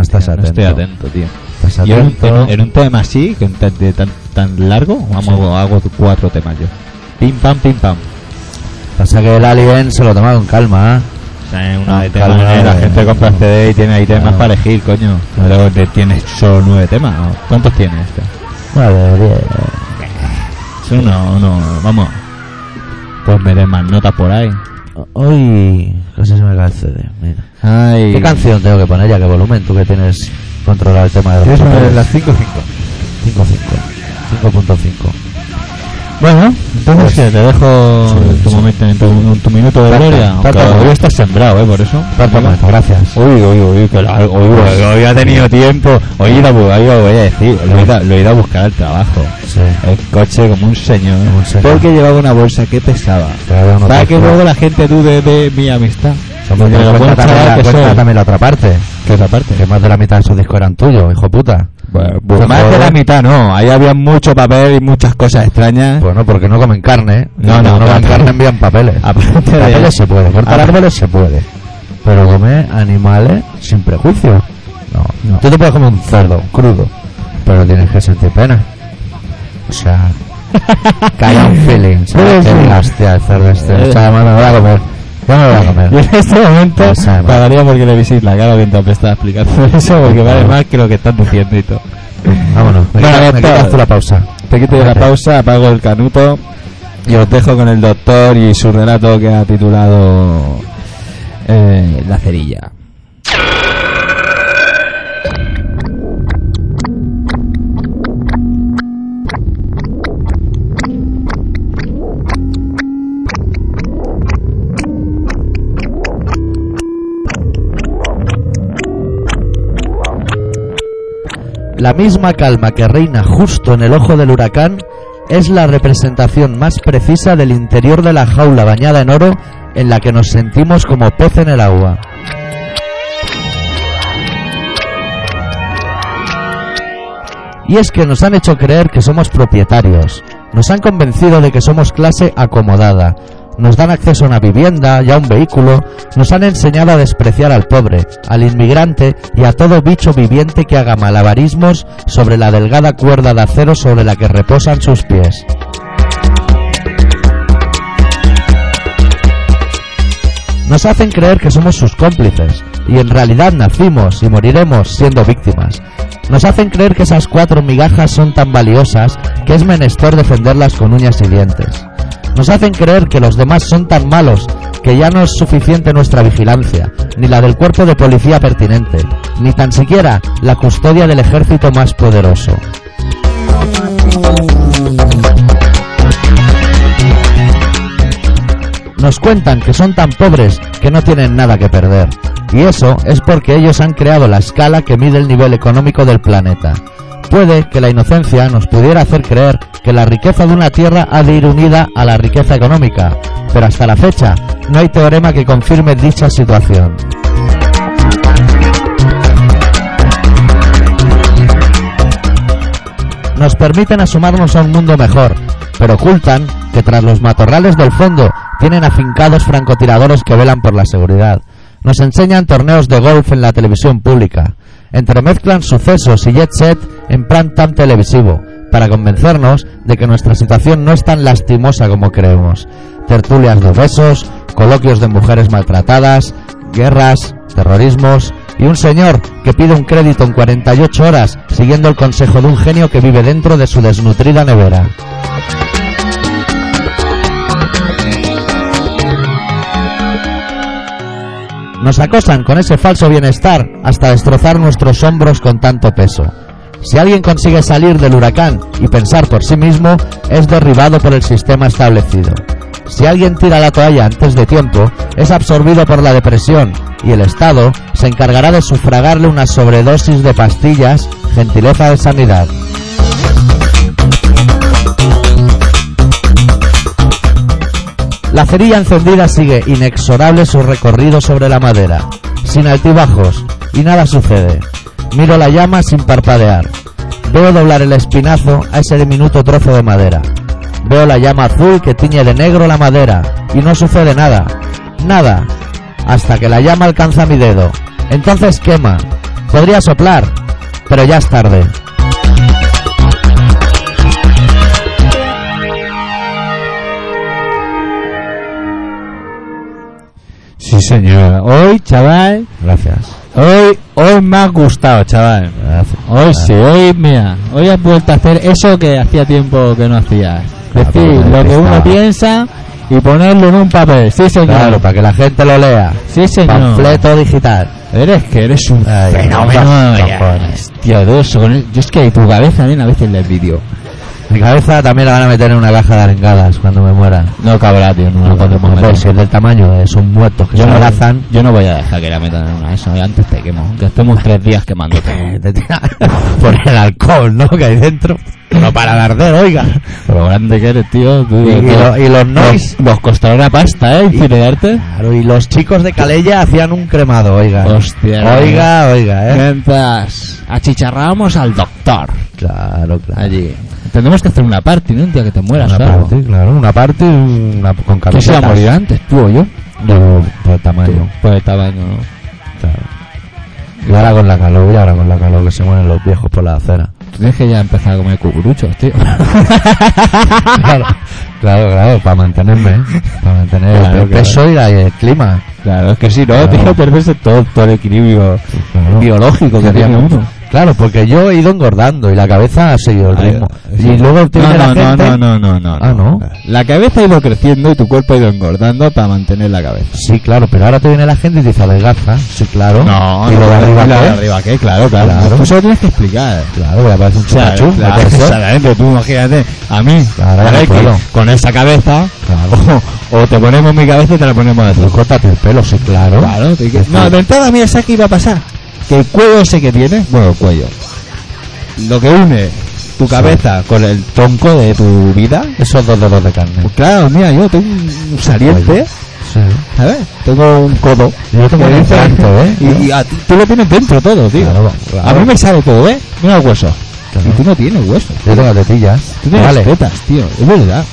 estás atento.
estoy atento, tío.
Estás
Y en un,
atento.
en un- en un tema así, con tan, de tan, tan largo, vamos, hago, hago cuatro temas yo. Pim pam, pim pam.
Pasa que el alien se lo toma con calma, ¿eh?
O sea, es una
Ah,
de
calma,
temas, eh, la
eh,
gente compra el CD y tiene ahí temas
claro.
para elegir, coño. Luego te- tienes solo nueve temas. ¿no? ¿Cuántos tiene este?
Vale, bien.
Es uno, uno, vamos. Pues me den más notas por ahí.
Hoy. No sé si me cae el CD, mira.
Ay.
¿Qué canción tengo que poner ya? ¿Qué volumen? Tú que tienes controlado el tema de los botones.
5
5.5. 5.5.
Bueno, entonces
Pues-
que te dejo
Sí,
tu,
sí.
momento, en tu, en tu minuto de
Tarta,
gloria.
tarta
aunque
con-
hoy estás sembrado, ¿eh? Por eso.
Tanto con esto, gracias. Pues
Uy, uy, uy, que largo, uy, uy, hoy ha tenido tiempo. Hoy lo voy a decir, lo he, ido, a- lo he ido a buscar al trabajo.
Sí.
El coche como un señor.
Como un señor.
Porque llevaba una bolsa que pesaba.
Claro, no
Para
te-
que luego la gente dude de mi amistad.
Hombre,
Porque lo
cuenta también,
buen chaval
la,
que
cuenta
soy.
también la otra parte.
Que otra parte.
Que más de la mitad de esos discos eran tuyos, hijo puta.
Bueno,
Pues
más de
joder.
la mitad no, ahí había mucho papel y muchas cosas extrañas.
Bueno, porque no comen carne.
No, no,
Como no comen
claro.
carne, envían papeles.
Aparte de-
papeles se puede, cortar
Ah.
árboles se puede. Pero comer animales sin prejuicio. No,
No.
Tú te puedes comer un cerdo crudo, pero tienes que sentir pena. O sea, calla un feeling. ¿sabes?
Sí,
Que,
sí.
Hostia, el cerdo este.
Eh.
O sea, además me lo voy a comer. Ya me lo voy a
Yo
comer.
en este momento
No sé, bueno.
pagaría porque le visite la cara mientras me estás explicando eso, porque vale más que lo que estás diciendo y todo.
Vámonos. Me,
Bueno,
quitas-
ya
me
está.
quitas tú la pausa.
Te quito yo la
Vale.
pausa, apago el canuto y os dejo con el doctor y su relato que ha titulado eh, La cerilla.
La misma calma que reina justo en el ojo del huracán es la representación más precisa del interior de la jaula bañada en oro en la que nos sentimos como pez en el agua. Y es que nos han hecho creer que somos propietarios, nos han convencido de que somos clase acomodada, nos dan acceso a una vivienda y a un vehículo, nos han enseñado a despreciar al pobre, al inmigrante y a todo bicho viviente que haga malabarismos sobre la delgada cuerda de acero sobre la que reposan sus pies. Nos hacen creer que somos sus cómplices, y en realidad nacimos y moriremos siendo víctimas. Nos hacen creer que esas cuatro migajas son tan valiosas que es menester defenderlas con uñas y dientes. Nos hacen creer que los demás son tan malos que ya no es suficiente nuestra vigilancia, ni la del cuerpo de policía pertinente, ni tan siquiera la custodia del ejército más poderoso. Nos cuentan que son tan pobres que no tienen nada que perder. Y eso es porque ellos han creado la escala que mide el nivel económico del planeta. Puede que la inocencia nos pudiera hacer creer que la riqueza de una tierra ha de ir unida a la riqueza económica, pero hasta la fecha no hay teorema que confirme dicha situación. nos permiten asomarnos a un mundo mejor, pero ocultan que tras los matorrales del fondo tienen afincados francotiradores que velan por la seguridad. Nos enseñan torneos de golf en la televisión pública. Entremezclan sucesos y jet set en plan tan televisivo para convencernos de que nuestra situación no es tan lastimosa como creemos. Tertulias de besos, coloquios de mujeres maltratadas, guerras, terrorismos y un señor que pide un crédito en 48 horas siguiendo el consejo de un genio que vive dentro de su desnutrida nevera. Nos acosan con ese falso bienestar hasta destrozar nuestros hombros con tanto peso. Si alguien consigue salir del huracán y pensar por sí mismo, es derribado por el sistema establecido. Si alguien tira la toalla antes de tiempo, es absorbido por la depresión y el Estado se encargará de sufragarle una sobredosis de pastillas, gentileza de sanidad. La cerilla encendida sigue inexorable su recorrido sobre la madera, sin altibajos, y nada sucede. Miro la llama sin parpadear. Veo doblar el espinazo a ese diminuto trozo de madera. Veo la llama azul que tiñe de negro la madera, y no sucede nada. Nada. Hasta que la llama alcanza mi dedo. Entonces quema.
Podría soplar, pero ya es tarde.
Sí, señor. Hoy, chaval,
Gracias.
hoy, hoy me ha gustado, chaval.
Gracias.
Hoy sí, hoy, mira, hoy has vuelto a hacer eso que hacía tiempo que no hacías.
Claro,
Decir
porque
lo que uno
estaba-
piensa y ponerlo en un papel. Sí, señor.
Claro, para que la gente lo lea.
Sí, señor.
Panfleto digital.
Eres que eres un
Ay,
fenómeno.
no,
ya.
cojones.
Tío, de eso, con el- yo es que tu cabeza también a veces le vídeo.
Mi cabeza también la van a meter en una caja de arengadas cuando me muera.
No cabrá, tío, no, la podemos
Hombre,
meter.
si es del tamaño de esos muertos que se abrazan.
yo no voy a dejar que la metan en una de esas, oye, antes te quemo. Que estemos tres días quemándote.
te tira- Por el alcohol, ¿no? Que hay dentro. No para de arder, oiga.
Lo grande que eres, tío. tú-
Y, y
tú-
lo- y los nois.
nos, nos costará una pasta, ¿eh? Incinerarte.
Claro, y los chicos de Calella hacían un cremado, oiga.
Hostia.
Oiga, oiga, ¿eh?
Mientras achicharrábamos al doctor
Claro, claro.
allí. Tendremos que hacer una party, ¿no? Un día que te mueras,
Una
claro.
parte, claro, una parte una, con
¿Quién se va a
camisetas.
morir antes, tú o yo?
Yo, por tamaño.
Por el tamaño, ¿no?
Claro. Y ahora con la calor, y ahora con la calor que se mueren los viejos por la acera.
Tú tienes que ya empezar a comer cucuruchos, tío.
Claro, claro, claro, para mantenerme, ¿eh? para mantener
Claro,
el
claro.
peso y, la- y el clima.
Claro, es que si no,
Claro.
tío, perderse todo, todo el equilibrio
Claro.
biológico que tiene uno.
Claro, porque yo he ido engordando y la cabeza ha seguido el
Ay,
ritmo.
sí.
Y luego tiene
no,
la
no,
gente...
no, no, no, no,
Ah, ¿no?
La cabeza ha ido creciendo y tu cuerpo ha ido engordando para mantener la cabeza.
Sí, claro, pero ahora te viene la gente y te dice adelgaza. Sí, claro. y lo de arriba,
¿Y lo de
¿qué?
arriba qué? Claro, claro.
Claro.
Eso lo tienes que explicar.
Claro, voy a parecer un
O sea,
chupachú,
claro,
¿no puede ser?
exactamente, tú imagínate, a mí,
Claro,
a
ya
ver
no
que
puedo.
con esa cabeza,
Claro.
o, o te ponemos mi cabeza y te la ponemos de
Pues
azul.
córtate el pelo, sí, claro.
Claro, te- que-
Está-
no, de entrada, mira, ¿sabes qué iba a pasar? Que el cuello ese que tienes, bueno, el cuello, lo que une tu cabeza con el tronco de tu vida,
Esos dos dedos de carne.
pues claro, mira, yo tengo un saliente,
Cuello. Sí.
¿sabes? Tengo un codo.
Yo tengo
que
un
dice-
impacto, ¿eh?
Y, y a ti- tú lo tienes dentro todo, tío.
Claro, claro.
A mí me sale todo, ¿eh? Mira el hueso.
Claro.
Y tú no tienes hueso.
Yo tengo tetillas.
Tú tienes
Vale.
tetas, tío. Es verdad.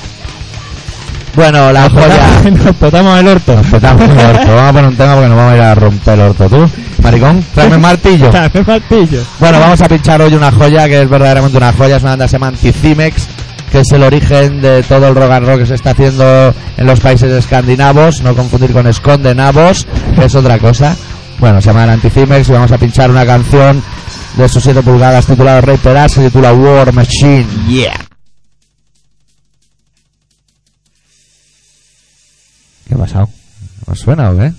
Bueno, la joya.
Nos petamos el orto.
Nos petamos el orto. Vamos a poner Pues un tema porque nos vamos a ir a romper el orto. Tú, maricón, tráeme el martillo.
Dame martillo.
Bueno, vamos a pinchar hoy una joya que es verdaderamente una joya. Es una banda que se llama Anticimex, que es el origen de todo el rock and roll que se está haciendo en los países escandinavos. No confundir con escondenavos, que es otra cosa. Bueno, se llaman Anticimex y vamos a pinchar una canción de sus 7 pulgadas titulada Rey Peraz, se titula War Machine.
Yeah.
¿Qué ha pasado? ¿No suena o qué?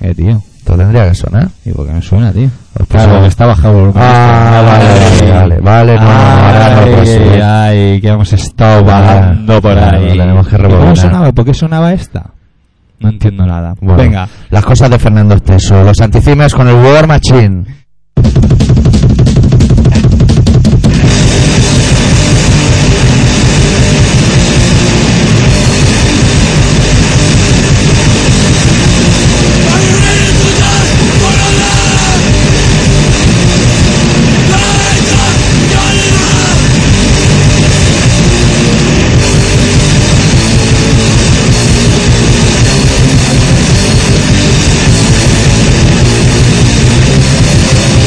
Eh, tío.
Esto tendría que sonar.
¿Y por qué no suena, tío?
Pues
Claro,
suena.
que está bajado el volumen.
Ah, vale, vale, vale, vale, no, no, ahora no
Ay,
puede ser.
ay, que hemos estado vagando por
Claro,
ahí.
tenemos que
¿Y ¿Cómo
rebobinar.
sonaba? ¿Por qué sonaba esta? No entiendo nada.
Bueno,
Venga.
Las cosas de Fernando Esteso. Los anticimes con el War Machine.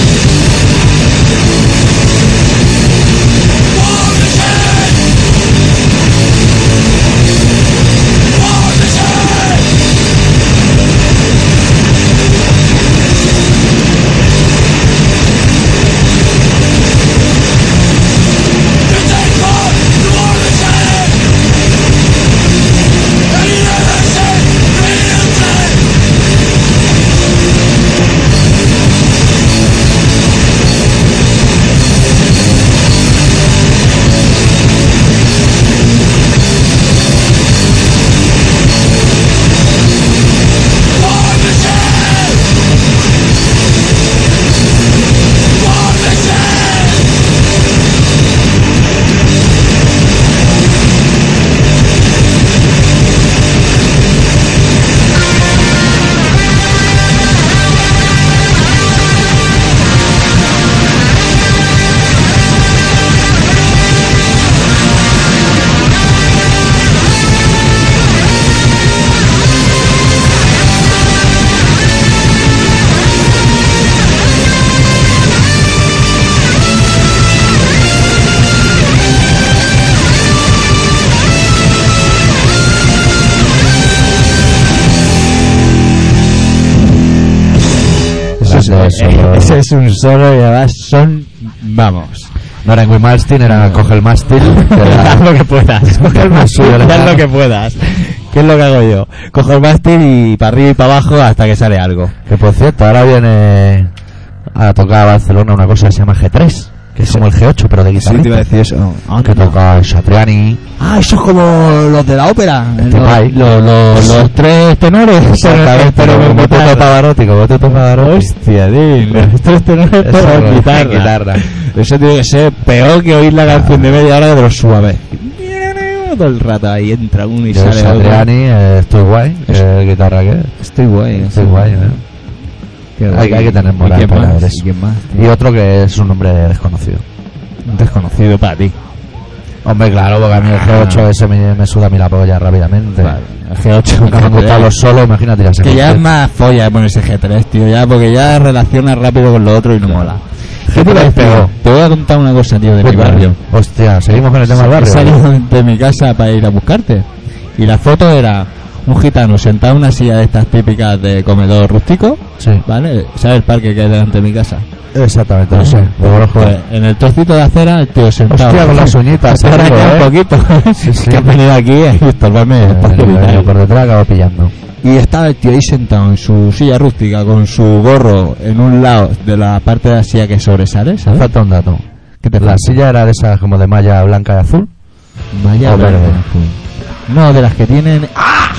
Ready
solo
Eh,
eso.
eh,
pero-
ese es un solo y además son. Vamos.
No era Ingrid Malmsteen, era coge el mástil. que
Haz
era-
lo que puedas. Coge el mástil,
Suyo,
haz
¿verdad?
lo que puedas. ¿Qué es lo que hago yo? Cojo el mástil y para arriba y para abajo hasta que sale algo.
Que por cierto, ahora viene a tocar a Barcelona una cosa que se llama G3, que es como el G8, pero de guitarra.
decir eso.
Que toca Satriani.
Ah, eso es como los de la ópera.
Tepai.
Los, los, los tres tenores.
pero
con
como toca
guitarra.
Pavarotti, como toca Pavarotti.
Hostia, Dean, los tres tenores
Eso
pero
no,
en guitarra.
guitarra. Ah.
Eso tiene que ser peor que oír la canción de media hora de los suaves. Todo el rato ahí entra uno y
Yo
sale otro.
Satriani, eh, estoy guay, eh, guitarra que es.
Estoy guay.
Estoy guay, ¿eh? Hay- hay que tener moral
¿Y quién
para
más?
eso.
¿Y quién más?
Y
tío?
otro que es un nombre desconocido.
desconocido para ti.
Hombre, claro, porque a mí el
Ah.
G8 ese me, me suda a mí la polla rápidamente.
G8.
Nunca me han gustado los solos, imagínate ya
Que ya es más folla de ponerse G3, tío, ya, porque ya relaciona rápido con lo otro y no mola. ¿Qué te
G3
voy a decir?
pegó.
Te voy a contar una cosa, tío, de mi barrio.
Hostia, seguimos con el tema del
He
barrio.
salido de mi casa para ir a buscarte. Y la foto era un gitano sentado en una silla de estas típicas de comedor rústico,
Sí,
¿vale? ¿Sabes el parque que hay delante de mi casa?
exactamente, no sé. Lo conozco.
Pues, en el trocito de acera, el tío sentado.
Hostia, con las uñitas,
Te
te digo,
araña
¿eh?
un poquito.
Sí, sí.
Que has venido aquí a estorbarme. el
Eh,
parque
lo
vital.
veo por detrás acabo pillando.
Y estaba el tío ahí sentado en su silla rústica con su gorro en un lado de la parte de la silla que sobresale,
Me
¿sabes?
falta un dato.
¿Qué te
La
falta?
silla era de esas como de malla blanca y azul.
Malla
o
verde.
verde.
No, de las que tienen. ¡Ah!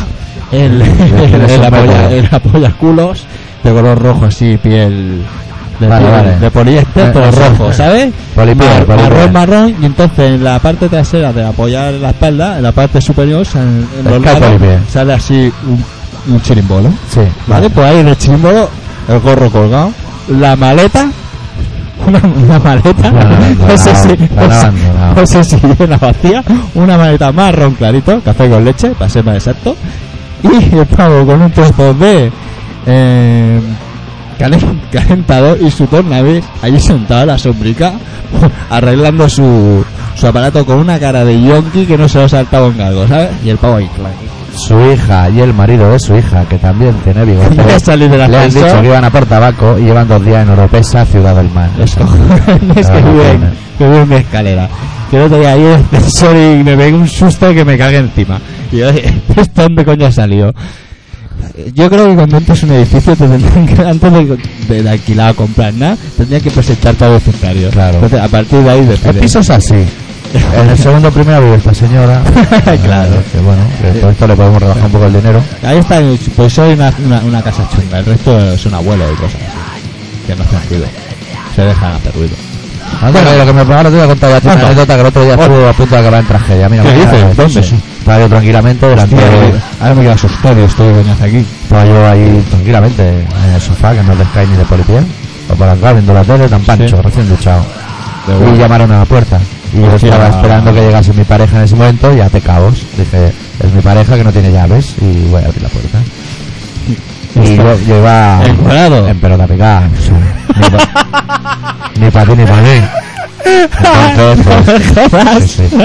El, el,
que son
apoya,
verdes.
el apoyaculos de color rojo, así, piel. De,
Vale,
piel-
vale.
de poliéster,
Eh,
pero
eso.
rojo, ¿sabes?
Polipiel,
Mar-
polipiel.
marrón, marrón, y entonces en la parte trasera de apoyar la espalda, en la parte superior, salen- en
El
los lados,
polipiel.
sale así un, un chirimbolo.
Sí.
Vale, pues ahí en el chimbolo, el gorro colgado, la maleta, una, una maleta,
La- la-
no sé
la-
si,
la-
no sé-
la- la-
no sé si llena vacía, una maleta marrón clarito, café con leche, para ser más exacto, y el pavo con un trozo de eh, calen- calentador y su tornavés allí sentado en la sombrica, arreglando su, su aparato con una cara de yonki que no se lo saltaba un galgo, ¿sabes? Y el pavo ahí, clac.
Su hija y el marido de su hija, que también tiene bigote,
Ya salí del
le han
ascensor.
dicho que iban a por tabaco y llevan dos días en Oropesa, Ciudad del Mar.
Los cojones que
Ah,
viven,
bueno.
que viven mi escalera. Que no tenía ahí el ascensor y me pego un susto que me cague encima. Y yo, ¿esto dónde coño ha salido? Yo creo que cuando entres a un edificio, te tendrían que, antes de, de, alquilar o comprar nada, tendrían que presentarte al vecindario.
Claro.
Entonces, a partir de ahí
El
decides.
piso es así. En el segundo primero vive esta señora.
Claro.
Que bueno, que por esto le podemos rebajar un poco el dinero.
Ahí está, pues soy una, una, una casa chunga, el resto son abuelos y cosas así. Que no hacen ruido. Se dejan hacer ruido.
Anda, que lo que me ahora te voy a contar ya tiene una
Anda.
anécdota que el otro día estuvo a punto de acabar en tragedia. Mira,
¿Qué
mira,
dices?
sí.
¿Dónde?
Estaba yo tranquilamente delante de...
ahora me quedo asustado y estoy coñazo aquí.
Estaba yo ahí tranquilamente en el sofá, que no es de Sky ni de Polipiel. O por acá viendo la tele, tan pancho,
Sí.
recién duchado.
De
Y
bueno.
llamaron a la puerta. Y yo
Hostia.
estaba esperando que llegase mi pareja en ese momento y te cabos. Dije, es mi pareja que no tiene llaves y voy a abrir la puerta. Y yo, yo iba...
¿Encuadrado?
En pelota picada. o sea, ni pa- Ni para ti ni para mí. Entonces, pues, Sí, sí.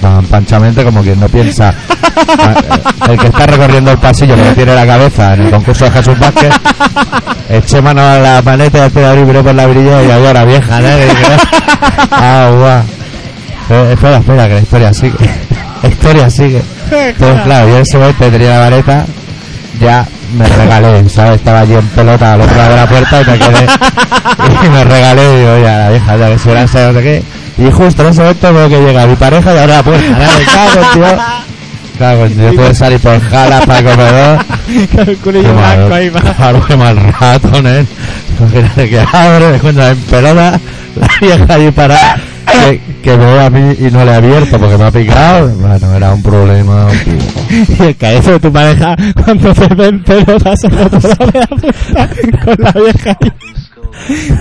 Tan panchamente como quien no piensa. Ah, eh, El que está recorriendo el pasillo, que no tiene la cabeza en el concurso de Jesús Vázquez, eché mano a la maneta y al tirador y miré por la brilla y había una vieja, ¿no? Que dije, ah, guau. Eh, espera, espera, que la historia sigue. La historia sigue. Entonces, claro, yo en ese momento que tenía la vareta, ya me regalé, ¿sabes? Estaba allí en pelota al otro lado de la puerta y me quedé. Y me regalé y digo, ya, la vieja, ya que se hubiera no sé qué. Y justo en ese momento veo que llega mi pareja y ahora la puerta. ¿no? Me cago, en tío. Cago, en tío, puedo salir por jala para el comedor.
el culillo
Qué mal,
blanco ahí va.
claro, qué mal rato, ¿eh? Imagínate que abre, me encuentra en pelota, la vieja allí para que, que me ve a mí y no le he abierto porque me ha picado. Bueno, era un problema.
Y el cabezo de tu pareja cuando te ven pelotas en otro lado de la puerta con la vieja ahí.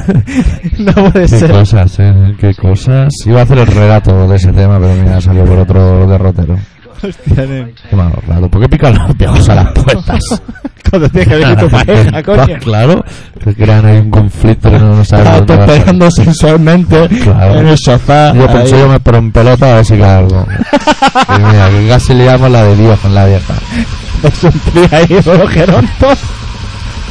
No puede
Qué
ser.
cosas, ¿eh? Qué cosas. Iba a hacer el relato de ese tema, pero mira, salió por otro derrotero. pues.
Hostia, nen.
Qué mal rato. ¿Por qué pican los viejos a las puertas? Ah,
Cuando tienes que venir tu pareja, coño.
claro, que crean ahí un conflicto que no, no
Ah,
sabes
tú
dónde va a parar.
pegando sensualmente
Claro.
en el sofá.
Yo pensé,
ahí.
yo me pero en pelota a ver si cae algo. Y mira, que casi liamos la de Dios con la vieja.
Es un tío ahí con los gerontos.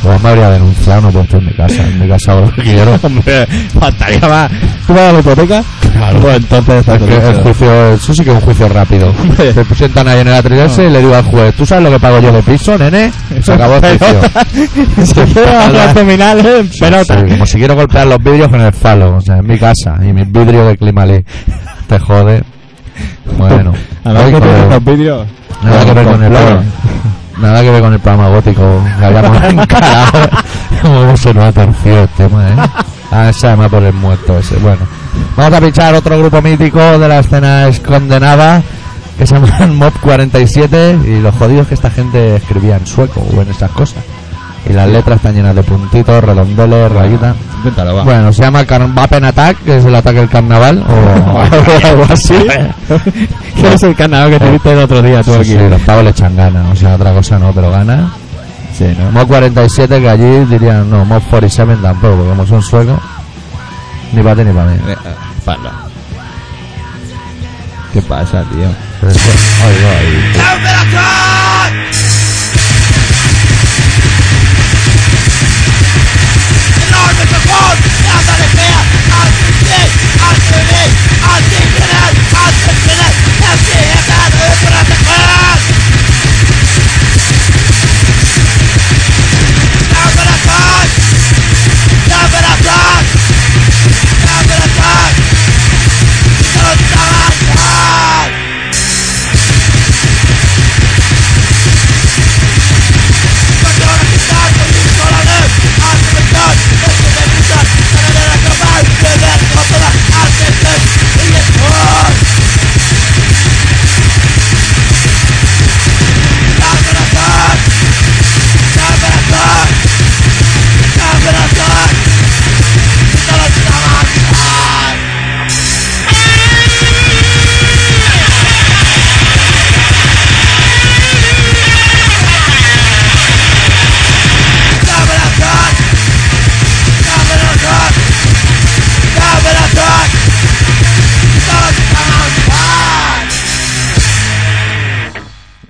Igual Pues me habría denunciado, no puedo estar en mi casa. En mi casa ahora que quiero.
Hombre, faltaría más. ¿Tú vas a la hipoteca?
Claro.
Bueno, entonces está
Es que
todo
el
hecho.
juicio, eso sí que es un juicio rápido.
Hombre.
Se sientan ahí en el atrillarse y le digo al juez, ¿tú sabes lo que pago yo de piso, nene? Se acabó el juicio.
Pelota. Se queda
Nada.
las terminales ¿eh? en pelota.
Sí, como si quiero golpear los vidrios con el falo. O sea, en mi casa. Y mis vidrios de Climalí. Te jode. Bueno.
Además
Oye,
que
con-
tienes los vídeos.
Nada que ver con el programa. Nada que ver con el programa gótico que habíamos encarado. Cómo se nos ha torcido el tema, ¿eh? Ah, ese además por el muerto ese. Bueno, vamos a pinchar otro grupo mítico de la escena escondenada que se llama Mob 47 y los jodidos que esta gente escribía en sueco o en esas cosas. Y las letras están llenas de puntitos, redondeles, rayitas.
Inténtalo, va.
Bueno, se llama Car- Vapen Attack, que es el ataque del carnaval, o algo así.
¿Qué es el canal que te viste el otro día tú
Sí,
aquí?
sí, los pavos le echan ganas, o sea, otra cosa no, pero ganas.
Sí, ¿no?
Mod 47 que allí dirían, no, Mod 47 tampoco, porque como son suecos, ni para ti ni para mí.
Eh, eh, Parla. ¿Qué pasa, tío?
Pero sí, oigo ahí.
Ah! Thank you.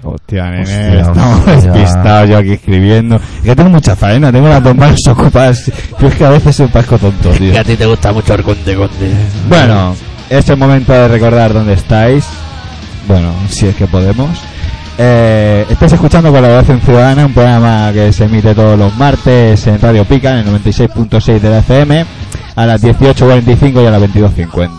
Hostia, nene,
Hostia,
estamos
hostia.
despistados yo aquí escribiendo. Es Que tengo mucha faena, tengo las dos manos ocupadas. Yo es que a veces soy un pasco tonto, tío.
Que a ti te gusta mucho el conde conde.
Bueno, es el momento de recordar dónde estáis. Bueno, si es que podemos. Eh, estáis escuchando Colaboración Ciudadana, un programa que se emite todos los martes en Radio Pica, en el 96.6 de la FM, a las 18.45 y a las 22.50.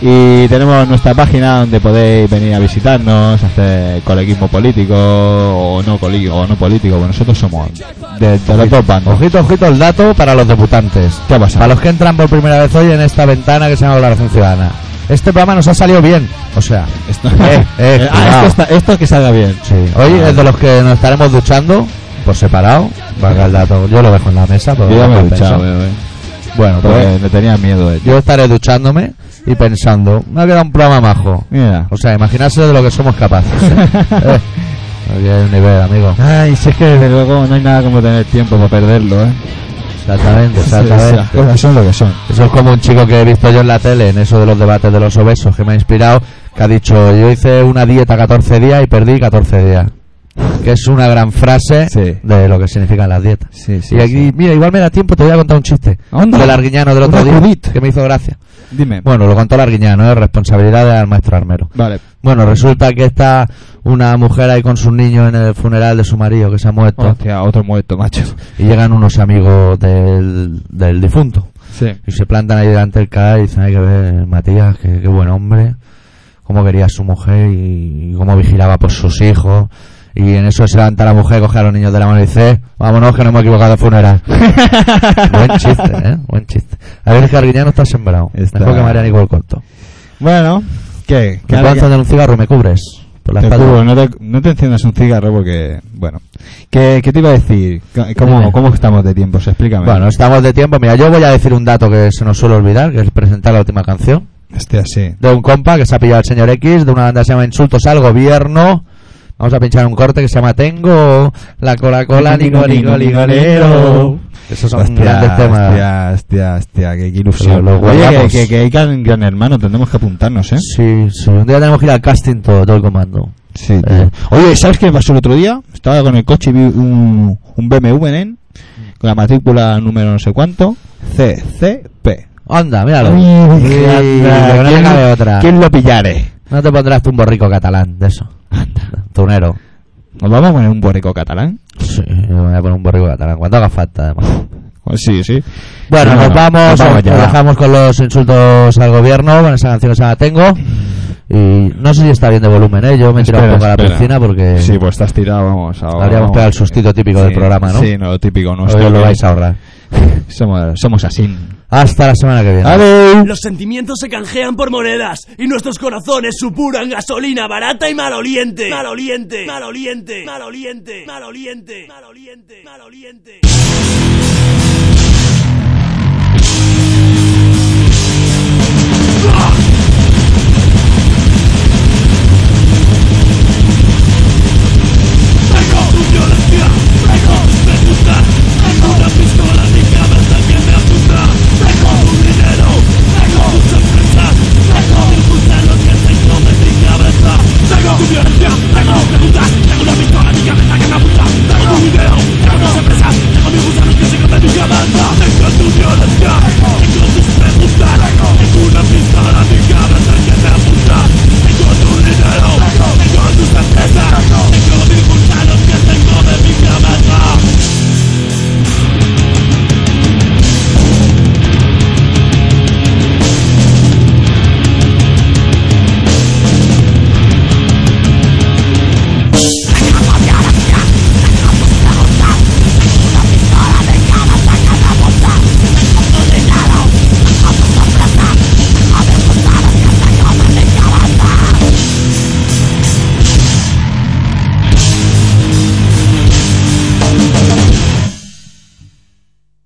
Y tenemos nuestra página donde podéis venir a visitarnos, hacer coleguismo político o no, coli- o no político, porque nosotros somos de, de los dos bandos.
Ojito, ojito el dato para los debutantes.
¿Qué ha pasado?
Para los que entran por primera vez hoy en esta ventana que se llama Valoración Ciudadana. Este programa nos ha salido bien, o sea,
Esto,
Eh, eh,
Ah, esto,
cuidado.
está- esto que salga bien.
sí. Hoy es de los que nos estaremos duchando por separado. Valga el dato, yo lo dejo en la mesa. pero
Yo ya me he
no compensa.
duchado, eh, eh.
Bueno, pues
Porque me tenía miedo, eh.
yo estaré duchándome y pensando, me ha quedado un programa majo.
Mira.
O sea, imaginarse de lo que somos capaces. ¿eh? Aquí hay un nivel, amigo.
Ay, si es que desde luego no hay nada como tener tiempo para perderlo, ¿eh?
Exactamente,
Las
exactamente.
cosas son lo que son.
Eso es como un chico que he visto yo en la tele, en eso de los debates de los obesos, que me ha inspirado, que ha dicho, yo hice una dieta 14 días y perdí 14 días. Que es una gran frase
Sí.
de lo que significan las dietas.
Sí,
y aquí, mira, igual me da tiempo, te voy a contar un chiste.
Anda.
Del Arguiñano del otro
Un
día,
acudit.
que me hizo gracia.
Dime.
Bueno, lo contó el Arguiñano, es responsabilidad del maestro armero.
Vale.
Bueno, resulta que está una mujer ahí con sus niños en el funeral de su marido que se ha muerto
Hostia, otro muerto, macho.
y llegan unos amigos del, del difunto
Sí.
y se plantan ahí delante del cadáver y dicen hay que ver Matías, qué, qué buen hombre, cómo quería a su mujer y, y cómo vigilaba por sus hijos y en eso se levanta la mujer, coge a los niños de la mano y dice "Eh, vámonos que no hemos equivocado de funeral. buen chiste, ¿eh? Buen chiste. A ver, Carguiñano está sembrado.
Está-
Mejor que María Nicol Corto.
Bueno, ¿qué? ¿Qué
Me puedo encender un cigarro, me cubres. Por la
Te
espalda.
juro, no, te, no te enciendas un cigarro porque, bueno. ¿Qué, qué te iba a decir? C- ¿Cómo,
Dime.
cómo estamos de tiempos? Explícame.
Bueno, estamos de tiempo. Mira, yo voy a decir un dato que se nos suele olvidar, que es presentar la última canción.
Hostia, sí.
De un compa que se ha pillado el señor X, de una banda que se llama Insultos al Gobierno. Vamos a pinchar un corte que se llama Tengo, la cola cola, nico, nico, ligonero. Esos son
Hostia,
grandes temas.
Hostia, hostia, hostia, qué qué ilusión.
Lo- lo
Oye, que,
guardamos.
que, que hay gran, gran hermano, tendremos que apuntarnos, ¿eh?
Sí, sí. Un día tenemos que ir al casting todo, todo el comando.
Sí,
Eh.
Oye, ¿sabes qué me pasó el otro día? Estaba con el coche y vi un, un BMW, nen, Con la matrícula número no sé cuánto, CCP.
Onda, míralo.
Uy,
Y
anda,
que no le
¿quién-
cabe otra.
¿Quién lo pillare?
No te pondrás tú un borrico catalán de eso. Tunero.
¿Nos vamos a poner un borrico catalán?
Sí, me voy a poner un borrico catalán. Cuando haga falta, además.
Pues sí, sí.
Bueno,
No,
nos
no,
vamos, eh,
nos vamos
nos
ya, va.
dejamos con los insultos al gobierno, con esa canción que se llama Tengo. Y no sé si está bien de volumen, ¿eh? Yo me he tirado un
Espera,
poco a la
espera.
piscina porque
Sí, pues estás tirado, vamos. ahora
habríamos
vamos.
pegado el sustito típico del
Sí,
programa, ¿no?
Sí, no, lo típico nuestro.
Hoy lo
que
vais a ahorrar.
Somos, somos así.
Hasta la semana que viene.
Los sentimientos se canjean por monedas y nuestros corazones supuran gasolina barata y maloliente. Maloliente, maloliente, maloliente, maloliente, maloliente, maloliente.